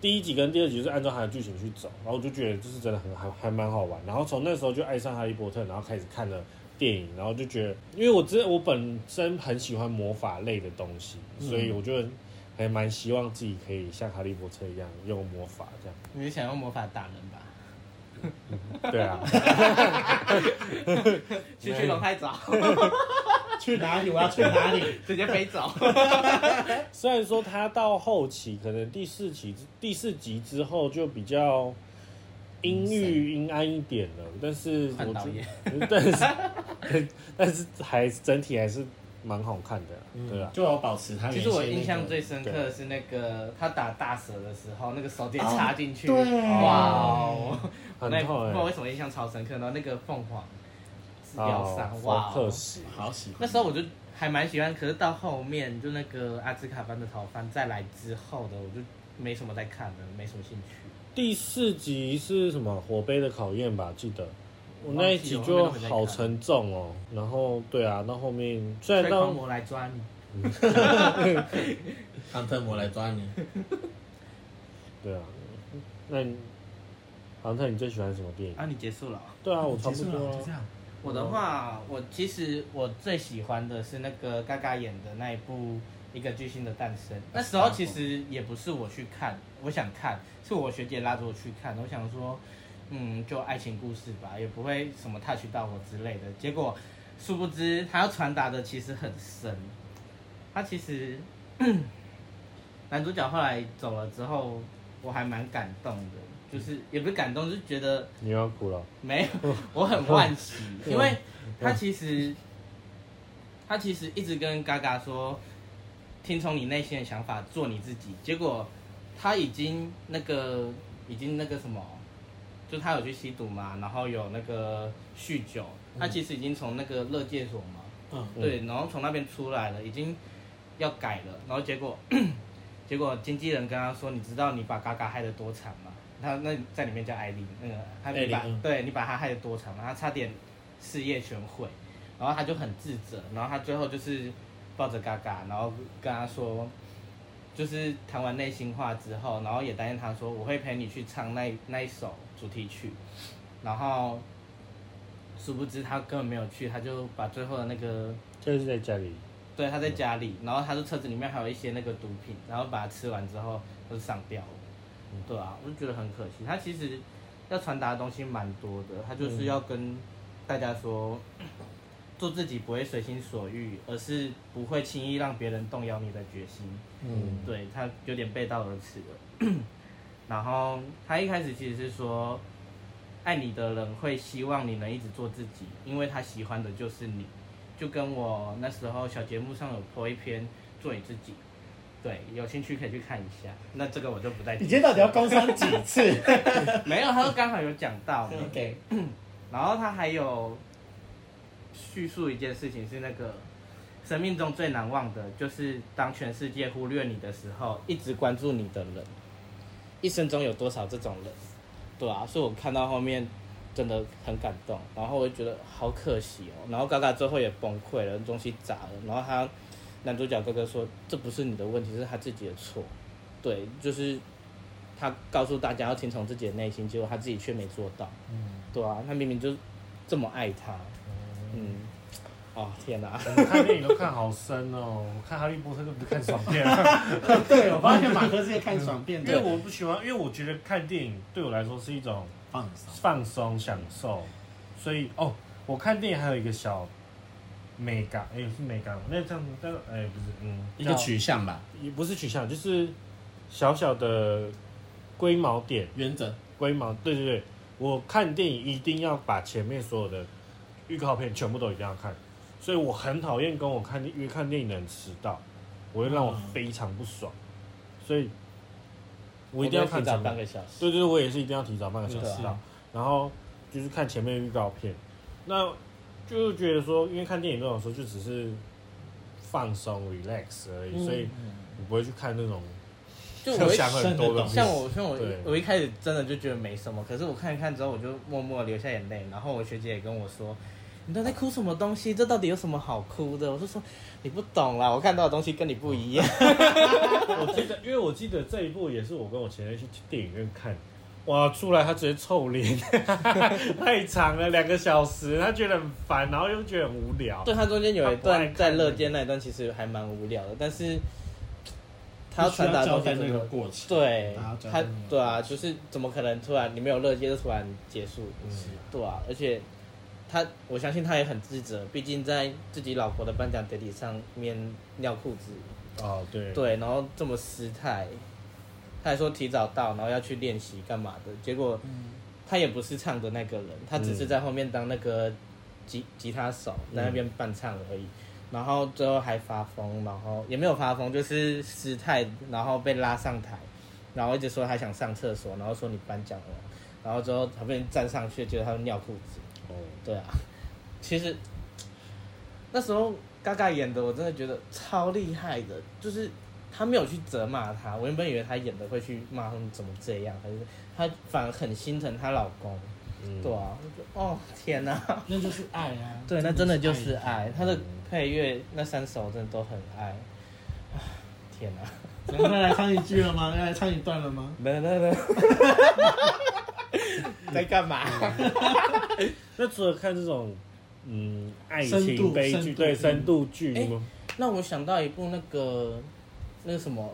Speaker 3: 第一集跟第二集就是按照它的剧情去走，然后我就觉得就是真的很还还蛮好玩。然后从那时候就爱上哈利波特，然后开始看了电影，然后就觉得，因为我真我本身很喜欢魔法类的东西，
Speaker 1: 嗯
Speaker 3: 所以我就还蛮希望自己可以像哈利波特一样用魔法这样。
Speaker 2: 你是想用魔法打人吧？
Speaker 3: 对啊，
Speaker 4: 去去龙海找，
Speaker 1: 去哪里？我要去哪里？
Speaker 4: 直接飞走。
Speaker 3: 虽然说他到后期，可能第四期、第四集之后就比较阴郁、阴暗一点了，但是我
Speaker 2: 换导演
Speaker 3: 觉得但是 但是还整体还是蛮好看的啦，对啊，
Speaker 1: 就要保持它原
Speaker 2: 其
Speaker 1: 先那个。
Speaker 2: 实我印象最深刻的是那个他打大蛇的时候，那个手电插进去，
Speaker 1: 哦对
Speaker 2: 哇哦，
Speaker 3: 很
Speaker 2: 那一
Speaker 3: 痛
Speaker 2: 不
Speaker 3: 哎、
Speaker 2: 知道为
Speaker 3: 欸，
Speaker 2: 什么印象超深刻。然后那个凤凰是腰
Speaker 3: 哦
Speaker 2: 伤，，哇
Speaker 3: 好可
Speaker 2: 哦，
Speaker 3: 惜，
Speaker 1: 好喜欢。
Speaker 2: 那时候我就还蛮喜欢，可是到后面就那个阿兹卡班的逃犯再来之后的，我就没什么在看了，没什么兴趣。
Speaker 3: 第四集是什么火杯的考验吧？记得我
Speaker 2: 忘记了
Speaker 3: 那一集就好
Speaker 2: 我没有再看
Speaker 3: 沉重哦、然后对啊，到后面虽然
Speaker 2: 吹
Speaker 3: 到
Speaker 2: 狂魔来抓你，
Speaker 1: 康特魔来抓你，
Speaker 3: 对啊，那你航特你最喜欢什么电影？
Speaker 2: 啊，你结束了哦。
Speaker 3: 对啊，我差不
Speaker 1: 结束
Speaker 3: 多
Speaker 1: 了就这
Speaker 3: 啊。
Speaker 1: 样。
Speaker 2: 我的话，我其实我最喜欢的是那个嘎嘎演的那一部《一个巨星的诞生》。那时候其实也不是我去看，我想看，是我学姐拉着我去看。我想说，嗯，就爱情故事吧，也不会什么 touch 到我之类的。结果，殊不知他要传达的其实很深。他其实，嗯男主角后来走了之后，我还蛮感动的，就是也不是感动，就是觉得。
Speaker 3: 你又要哭了，
Speaker 2: 没有，我很惋惜，因为他其实他其实一直跟嘎嘎说，听从你内心的想法，做你自己。结果他已经那个已经那个什么，就他有去吸毒嘛，然后有那个酗酒，他其实已经从那个乐戒所嘛，
Speaker 1: 嗯，
Speaker 3: 嗯
Speaker 2: 对，然后从那边出来了，已经要改了，然后结果 结果经纪人跟他说，你知道你把嘎嘎害得多惨吗？他那在里面叫艾琳，那个他
Speaker 1: 艾
Speaker 2: 你
Speaker 1: 琳
Speaker 2: 把
Speaker 1: 嗯
Speaker 2: 对你把他害得多惨吗？他差点事业全毁，然后他就很自责，然后他最后就是抱着嘎嘎，然后跟他说。就是谈完内心话之后，然后也答应他说我会陪你去唱那那一首主题曲，然后殊不知他根本没有去，他就把最后的那个
Speaker 3: 就是在家里。
Speaker 2: 对，他在家里，然后他的车子里面还有一些那个毒品，然后把它吃完之后，他就上吊了。对啊，我就觉得很可惜。他其实要传达的东西蛮多的，他就是要跟大家说，做自己不会随心所欲，而是不会轻易让别人动摇你的决心。
Speaker 1: 嗯，
Speaker 2: 对他有点背道而驰了。 然后他一开始其实是说，爱你的人会希望你能一直做自己，因为他喜欢的就是你。就跟我那时候小节目上有播一篇做你自己，对，有兴趣可以去看一下。那这个我就不再。
Speaker 1: 你今天到底要工伤几次
Speaker 2: 没有，他说刚好有讲到。
Speaker 1: ？OK，
Speaker 2: 然后他还有叙述一件事情，是那个生命中最难忘的，就是当全世界忽略你的时候，一直关注你的人，一生中有多少这种人？对啊，所以我看到后面真的很感动，然后我就觉得好可惜哦。然后嘎嘎最后也崩溃了，东西砸了，然后他男主角哥哥说：“这不是你的问题，是他自己的错。”对，就是他告诉大家要听从自己的内心，结果他自己却没做到。
Speaker 1: 嗯，
Speaker 2: 对啊，他明明就这么爱他，嗯，哦天 哪、
Speaker 3: 看电影都看好深哦，我看《哈利波特》都不看爽片，啊
Speaker 1: 对，我发现马克是在看爽 片
Speaker 3: 因为
Speaker 1: 的
Speaker 3: 我不喜欢，因为我觉得看电影对我来说是一种
Speaker 1: 放松。
Speaker 3: 放松享受，所以哦，我看电影还有一个小美感，哎、是美感吗，那这样那哎、不是，嗯，
Speaker 1: 一个
Speaker 3: 叫
Speaker 1: 取向吧，
Speaker 3: 也不是取向，就是小小的龟毛点，
Speaker 1: 原则。
Speaker 3: 龟毛，对对对，我看电影一定要把前面所有的预告片全部都一定要看，所以我很讨厌跟我看约看电影的人迟到，我会让我
Speaker 1: 嗯
Speaker 3: 非常不爽，所以我一定要看
Speaker 2: 提早
Speaker 3: 前
Speaker 2: 半
Speaker 3: 面，
Speaker 2: 个小时。
Speaker 3: 对对对，我也是一定要提早半个小时
Speaker 2: 对
Speaker 3: 到
Speaker 2: 啊，
Speaker 3: 然后就是看前面的预告片，那就觉得说，因为看电影这种时候就只是放松 relax 而已，所以你不会去看那种
Speaker 2: 就我会
Speaker 3: 想很多的东西，
Speaker 2: 像我像我
Speaker 3: 对
Speaker 2: 我一开始真的就觉得没什么，可是我看一看之后，我就默默流下眼泪。然后我学姐也跟我说：“你都在哭什么东西？这到底有什么好哭的？”我就说：“你不懂啦，我看到的东西跟你不一样。
Speaker 3: 我记得，因为我记得这一部也是我跟我前任去电影院看，哇，出来他直接臭脸， 太长了，两个小时，他觉得很烦，然后又觉得很无 聊。
Speaker 2: 对，它中间有一
Speaker 3: 他不爱
Speaker 2: 段
Speaker 3: 看
Speaker 2: 在乐街那一段，其实还蛮无聊的，但是他要传达的
Speaker 1: 必须交
Speaker 2: 东西
Speaker 1: 代
Speaker 2: 真
Speaker 1: 那个
Speaker 2: 的。
Speaker 1: 过程，
Speaker 2: 对
Speaker 1: 然后交代
Speaker 2: 他
Speaker 1: 那个，
Speaker 2: 对啊，就是怎么可能突然你没有乐街就突然结束？
Speaker 1: 是
Speaker 2: 对啊，而且他，我相信他也很自责，毕竟在自己老婆的颁奖典礼上面尿裤子，
Speaker 3: 哦，对，
Speaker 2: 对，然后这么失态，他还说提早到，然后要去练习干嘛的，结果他也不是唱的那个人，他只是在后面当那个吉吉他手，在那边伴唱而已。然后最后还发疯，然后也没有发疯，就是失态，然后被拉上台，然后一直说他想上厕所，然后说你颁奖了，然后之后他被人站上去，结果他尿裤子。
Speaker 3: 哦，
Speaker 2: 对啊，其实那时候嘎嘎演的，我真的觉得超厉害的，就是他没有去责骂他，我原本以为他演的会去骂他们怎么这样，可是他反而很心疼她老公，
Speaker 3: 嗯
Speaker 2: 对啊，我就哦天哪、
Speaker 1: 那就是爱啊。
Speaker 2: 对，那真的就是
Speaker 1: 爱，
Speaker 2: 爱，他的配乐那三首真的都很爱，啊天哪、
Speaker 1: 咱们要来唱一句了吗？要来唱一段了吗？
Speaker 2: 来来来，在干 嘛？
Speaker 3: 那除了看这种嗯爱
Speaker 1: 深度
Speaker 3: 情悲
Speaker 1: 深
Speaker 3: 剧，
Speaker 1: 度
Speaker 3: 对
Speaker 1: 剧
Speaker 3: 深度剧，
Speaker 2: 哎
Speaker 3: 你们
Speaker 2: 让我想到一部那个那个什么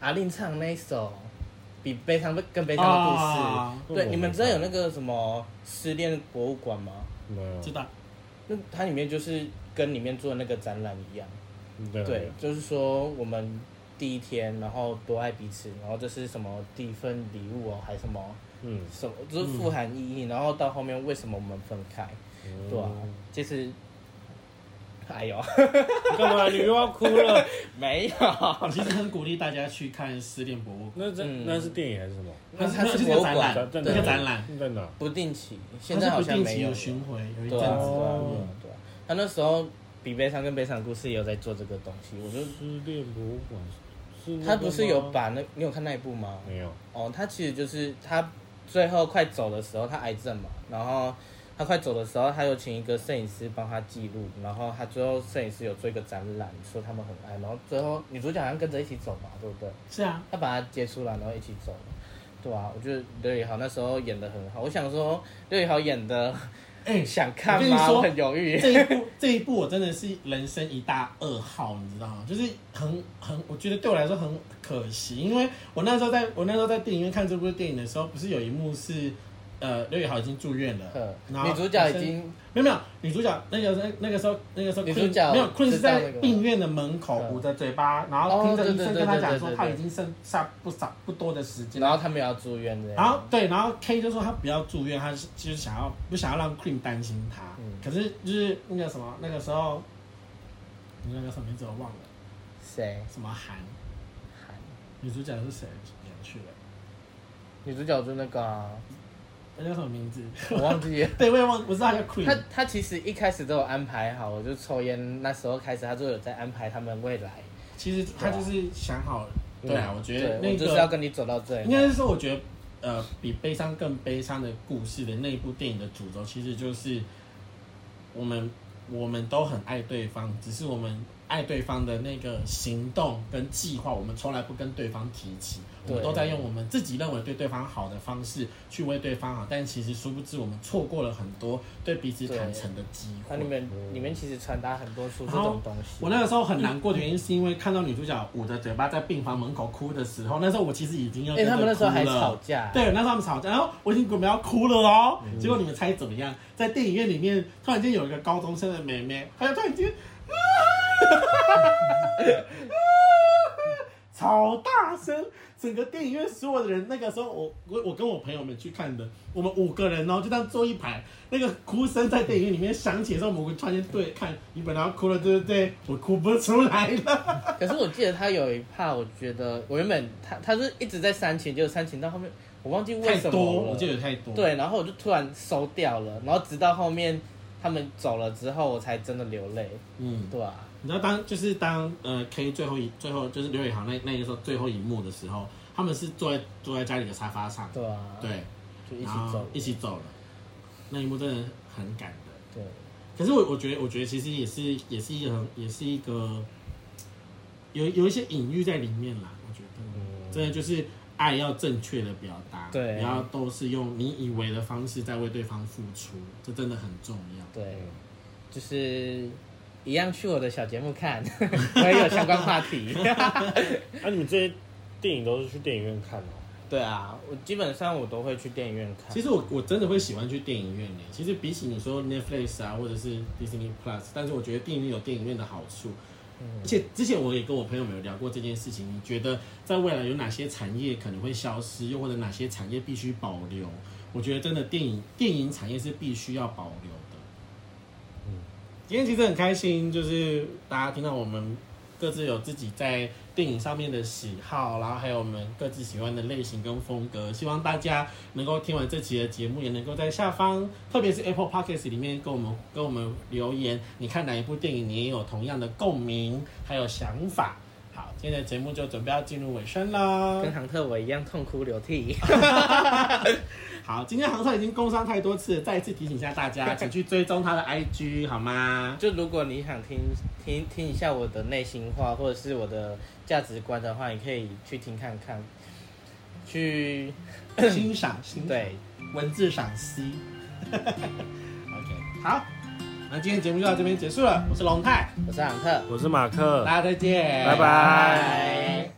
Speaker 2: 阿令唱那一首比悲伤更悲伤的故事。
Speaker 1: 啊
Speaker 2: 对，你们知道有那个什么失恋博物馆吗？
Speaker 3: 没有
Speaker 1: 知道，
Speaker 2: 那它里面就是跟里面做的那个展览一样。
Speaker 3: 没有
Speaker 2: 对，就是说我们第一天，然后多爱彼此，然后这是什么第一份礼物哦，还是什么
Speaker 3: 嗯，
Speaker 2: 什么，就是富含意义。然后到后面为什么我们分开？
Speaker 3: 嗯
Speaker 2: 对啊，其实，哎呦，
Speaker 3: 干嘛你又要哭了？
Speaker 2: 没有。
Speaker 1: 我其实很鼓励大家去看《失恋博物馆
Speaker 3: 那这
Speaker 2: 嗯
Speaker 3: 那是电影还是什么？
Speaker 2: 那是
Speaker 1: 它是
Speaker 2: 博物
Speaker 1: 展
Speaker 2: 馆
Speaker 1: 览，
Speaker 3: 在
Speaker 1: 一
Speaker 3: 哪
Speaker 1: 个展览，
Speaker 3: 在哪？
Speaker 2: 不定期，现
Speaker 1: 它
Speaker 2: 在
Speaker 1: 是
Speaker 2: 好
Speaker 1: 不
Speaker 2: 像
Speaker 1: 定
Speaker 2: 没
Speaker 1: 期
Speaker 2: 有
Speaker 1: 有
Speaker 2: 了
Speaker 1: 巡回，有一
Speaker 2: 对
Speaker 1: 阵
Speaker 2: 啊，对啊
Speaker 1: 子
Speaker 3: 了
Speaker 1: 嗯
Speaker 3: 嗯
Speaker 2: 对啊他那时候比悲伤跟悲伤的故事也有在做这个东西，我就
Speaker 3: 失恋博物馆是那个吗
Speaker 2: 他不是有把那你有看那一部吗？
Speaker 3: 没有？
Speaker 2: 哦，他其实就是他最后快走的时候，他癌症嘛，然后他快走的时候，他有请一个摄影师帮他记录，然后他最后摄影师有做一个展览，说他们很爱，然后最后女主角好像跟着一起走嘛，对不对？
Speaker 1: 是啊，
Speaker 2: 他把他接出来，然后一起走了。对啊，我觉得刘宇豪那时候演的很好，我想说刘宇豪演的
Speaker 1: 哎，
Speaker 2: 想看
Speaker 1: 我跟你
Speaker 2: 吗？
Speaker 1: 说
Speaker 2: 我很犹豫。
Speaker 1: 这一部 这一部我真的是人生一大噩耗，你知道吗？就是很很，我觉得对我来说很可惜，因为我那时候在我那时候在电影院看这部电影的时候，不是有一幕是呃刘宇豪已经住院了
Speaker 2: 呃，
Speaker 1: 然后
Speaker 2: 女主角已
Speaker 1: 医生
Speaker 2: 经
Speaker 1: 没有没有女主角那个那那个时候那个时候
Speaker 2: 女
Speaker 1: Queen-
Speaker 2: 主角
Speaker 1: 没有困是
Speaker 2: 知道
Speaker 1: 在
Speaker 2: 那个
Speaker 1: 病院的门口
Speaker 2: 嗯
Speaker 1: 捂着嘴巴，然
Speaker 2: 哦
Speaker 1: 后听着
Speaker 2: 对
Speaker 1: 医
Speaker 2: 对
Speaker 1: 生
Speaker 2: 对
Speaker 1: 跟他
Speaker 2: 对
Speaker 1: 讲
Speaker 2: 对
Speaker 1: 说
Speaker 2: 对
Speaker 1: 他
Speaker 2: 对
Speaker 1: 已经剩下不少不多的时间了，
Speaker 2: 然后他们也要住院这样。
Speaker 1: 然后对，然后 K 就说他不要住院，他是就是想要不想要让 Queen 担心他。
Speaker 2: 嗯
Speaker 1: 可是就是那个什么，那个时候，你那个什么名字我忘了，
Speaker 2: 谁？
Speaker 1: 什么韩女主角是谁演去了？
Speaker 2: 女主角就那个、啊，
Speaker 1: 那叫什么名字？
Speaker 2: 我忘 记了。
Speaker 1: 对，我也忘，我知道她叫
Speaker 2: 他
Speaker 1: Queen。
Speaker 2: 他其实一开始都有安排好，我就抽烟那时候开始，他就有在安排他们未来。
Speaker 1: 其实他就是想好了。对啊，我觉得
Speaker 2: 对，
Speaker 1: 那
Speaker 2: 我就是要
Speaker 1: 个
Speaker 2: 跟你走到这里。
Speaker 1: 应该是说，我觉得呃，比悲伤更悲伤的故事的那一部电影的主轴，其实就是我们我们都很爱对方，只是我们爱对方的那个行动跟计划，我们从来不跟对方提起，我们
Speaker 2: 对
Speaker 1: 都在用我们自己认为对对方好的方式去为对方好，但其实殊不知我们错过了很多对彼此坦诚的机
Speaker 2: 它
Speaker 1: 会
Speaker 2: 里。面里面其实传达很多出这种东西。
Speaker 1: 我那个时候很难过的原因，是因为看到女主角捂着嘴巴在病房门口哭的时候，那时候我其实已经要跟
Speaker 2: 哎，
Speaker 1: 着
Speaker 2: 他们那时候还
Speaker 1: 哭了
Speaker 2: 吵架，
Speaker 1: 对，那时候他们吵架，然后我已经准备要哭了哦。结果你们猜怎么样？在电影院里面，突然间有一个高中生的妹妹，她就突然间，啊超大声，整个电影院所有的人，那个时候我我我跟我朋友们去看的，我们五个人哦，就这样坐一排，那个哭声在电影院里面响起的时候，我们突然间对看，你本来要哭了，对不对？我哭不出来了。
Speaker 2: 可是我记得他有一趴，我觉得我原本他他是一直在煽情，就是煽情到后面我忘记为
Speaker 1: 太
Speaker 2: 什
Speaker 1: 多，
Speaker 2: 么
Speaker 1: 我
Speaker 2: 了，
Speaker 1: 记得太多。
Speaker 2: 对，然后我就突然收掉了，然后直到后面他们走了之后，我才真的流泪，
Speaker 1: 嗯。
Speaker 2: 对啊，
Speaker 1: 你知道当就是当呃 K 最后一最后就是刘宇豪那那个时候最后一幕的时候，他们是坐在坐在家里的沙发上，
Speaker 2: 对啊，，
Speaker 1: 对，
Speaker 2: 就一
Speaker 1: 然
Speaker 2: 起
Speaker 1: 后
Speaker 2: 走，
Speaker 1: 一起走了，那一幕真的很感人。
Speaker 2: 对，
Speaker 1: 可是我我觉得我觉得其实也是也是一个也是一个有有一些隐喻在里面啦，我觉得真的就是爱要正确的表达，
Speaker 2: 对啊
Speaker 1: 不要都是用你以为的方式在为对方付出，这真的很重要。
Speaker 2: 对，就是一样去我的小节目看， 我也有相关话题。
Speaker 3: 啊，你们这些电影都是去电影院看哦？
Speaker 2: 对啊，我基本上我都会去电影院看。
Speaker 1: 其实我我真的会喜欢去电影院呢。欸其实比起你说 Netflix 啊，或者是 Disney Plus，但是我觉得电影院有电影院的好处。而且之前我也跟我朋友们有聊过这件事情，你觉得在未来有哪些产业可能会消失，又或者哪些产业必须保留？我觉得真的电影电影产业是必须要保留的。嗯
Speaker 3: 嗯，
Speaker 1: 今天其实很开心，就是大家听到我们各自有自己在电影上面的喜好，然后还有我们各自喜欢的类型跟风格。希望大家能够听完这期的节目，也能够在下方，特别是 Apple Podcast 里面跟我们跟我们留言，你看哪一部电影你也有同样的共鸣，还有想法。好，今天的节目就准备要进入尾声喽
Speaker 2: 跟。航特我一样痛哭流 涕。
Speaker 1: 好，今天航少已经工伤太多次了，再一次提醒一下大家，请去追踪他的 IG 好 吗？
Speaker 2: 就如果你想听听听一下我的内心话，或者是我的价值观的话，你可以去听看看， 去
Speaker 1: 欣赏欣赏，
Speaker 2: 对，
Speaker 1: 文字赏析。OK，好，那今天节目就到这
Speaker 2: 嗯
Speaker 1: 边结束了，我是龙泰，
Speaker 2: 我是航特，
Speaker 3: 我是马克，
Speaker 1: 大家再见，
Speaker 3: 拜拜
Speaker 1: 拜拜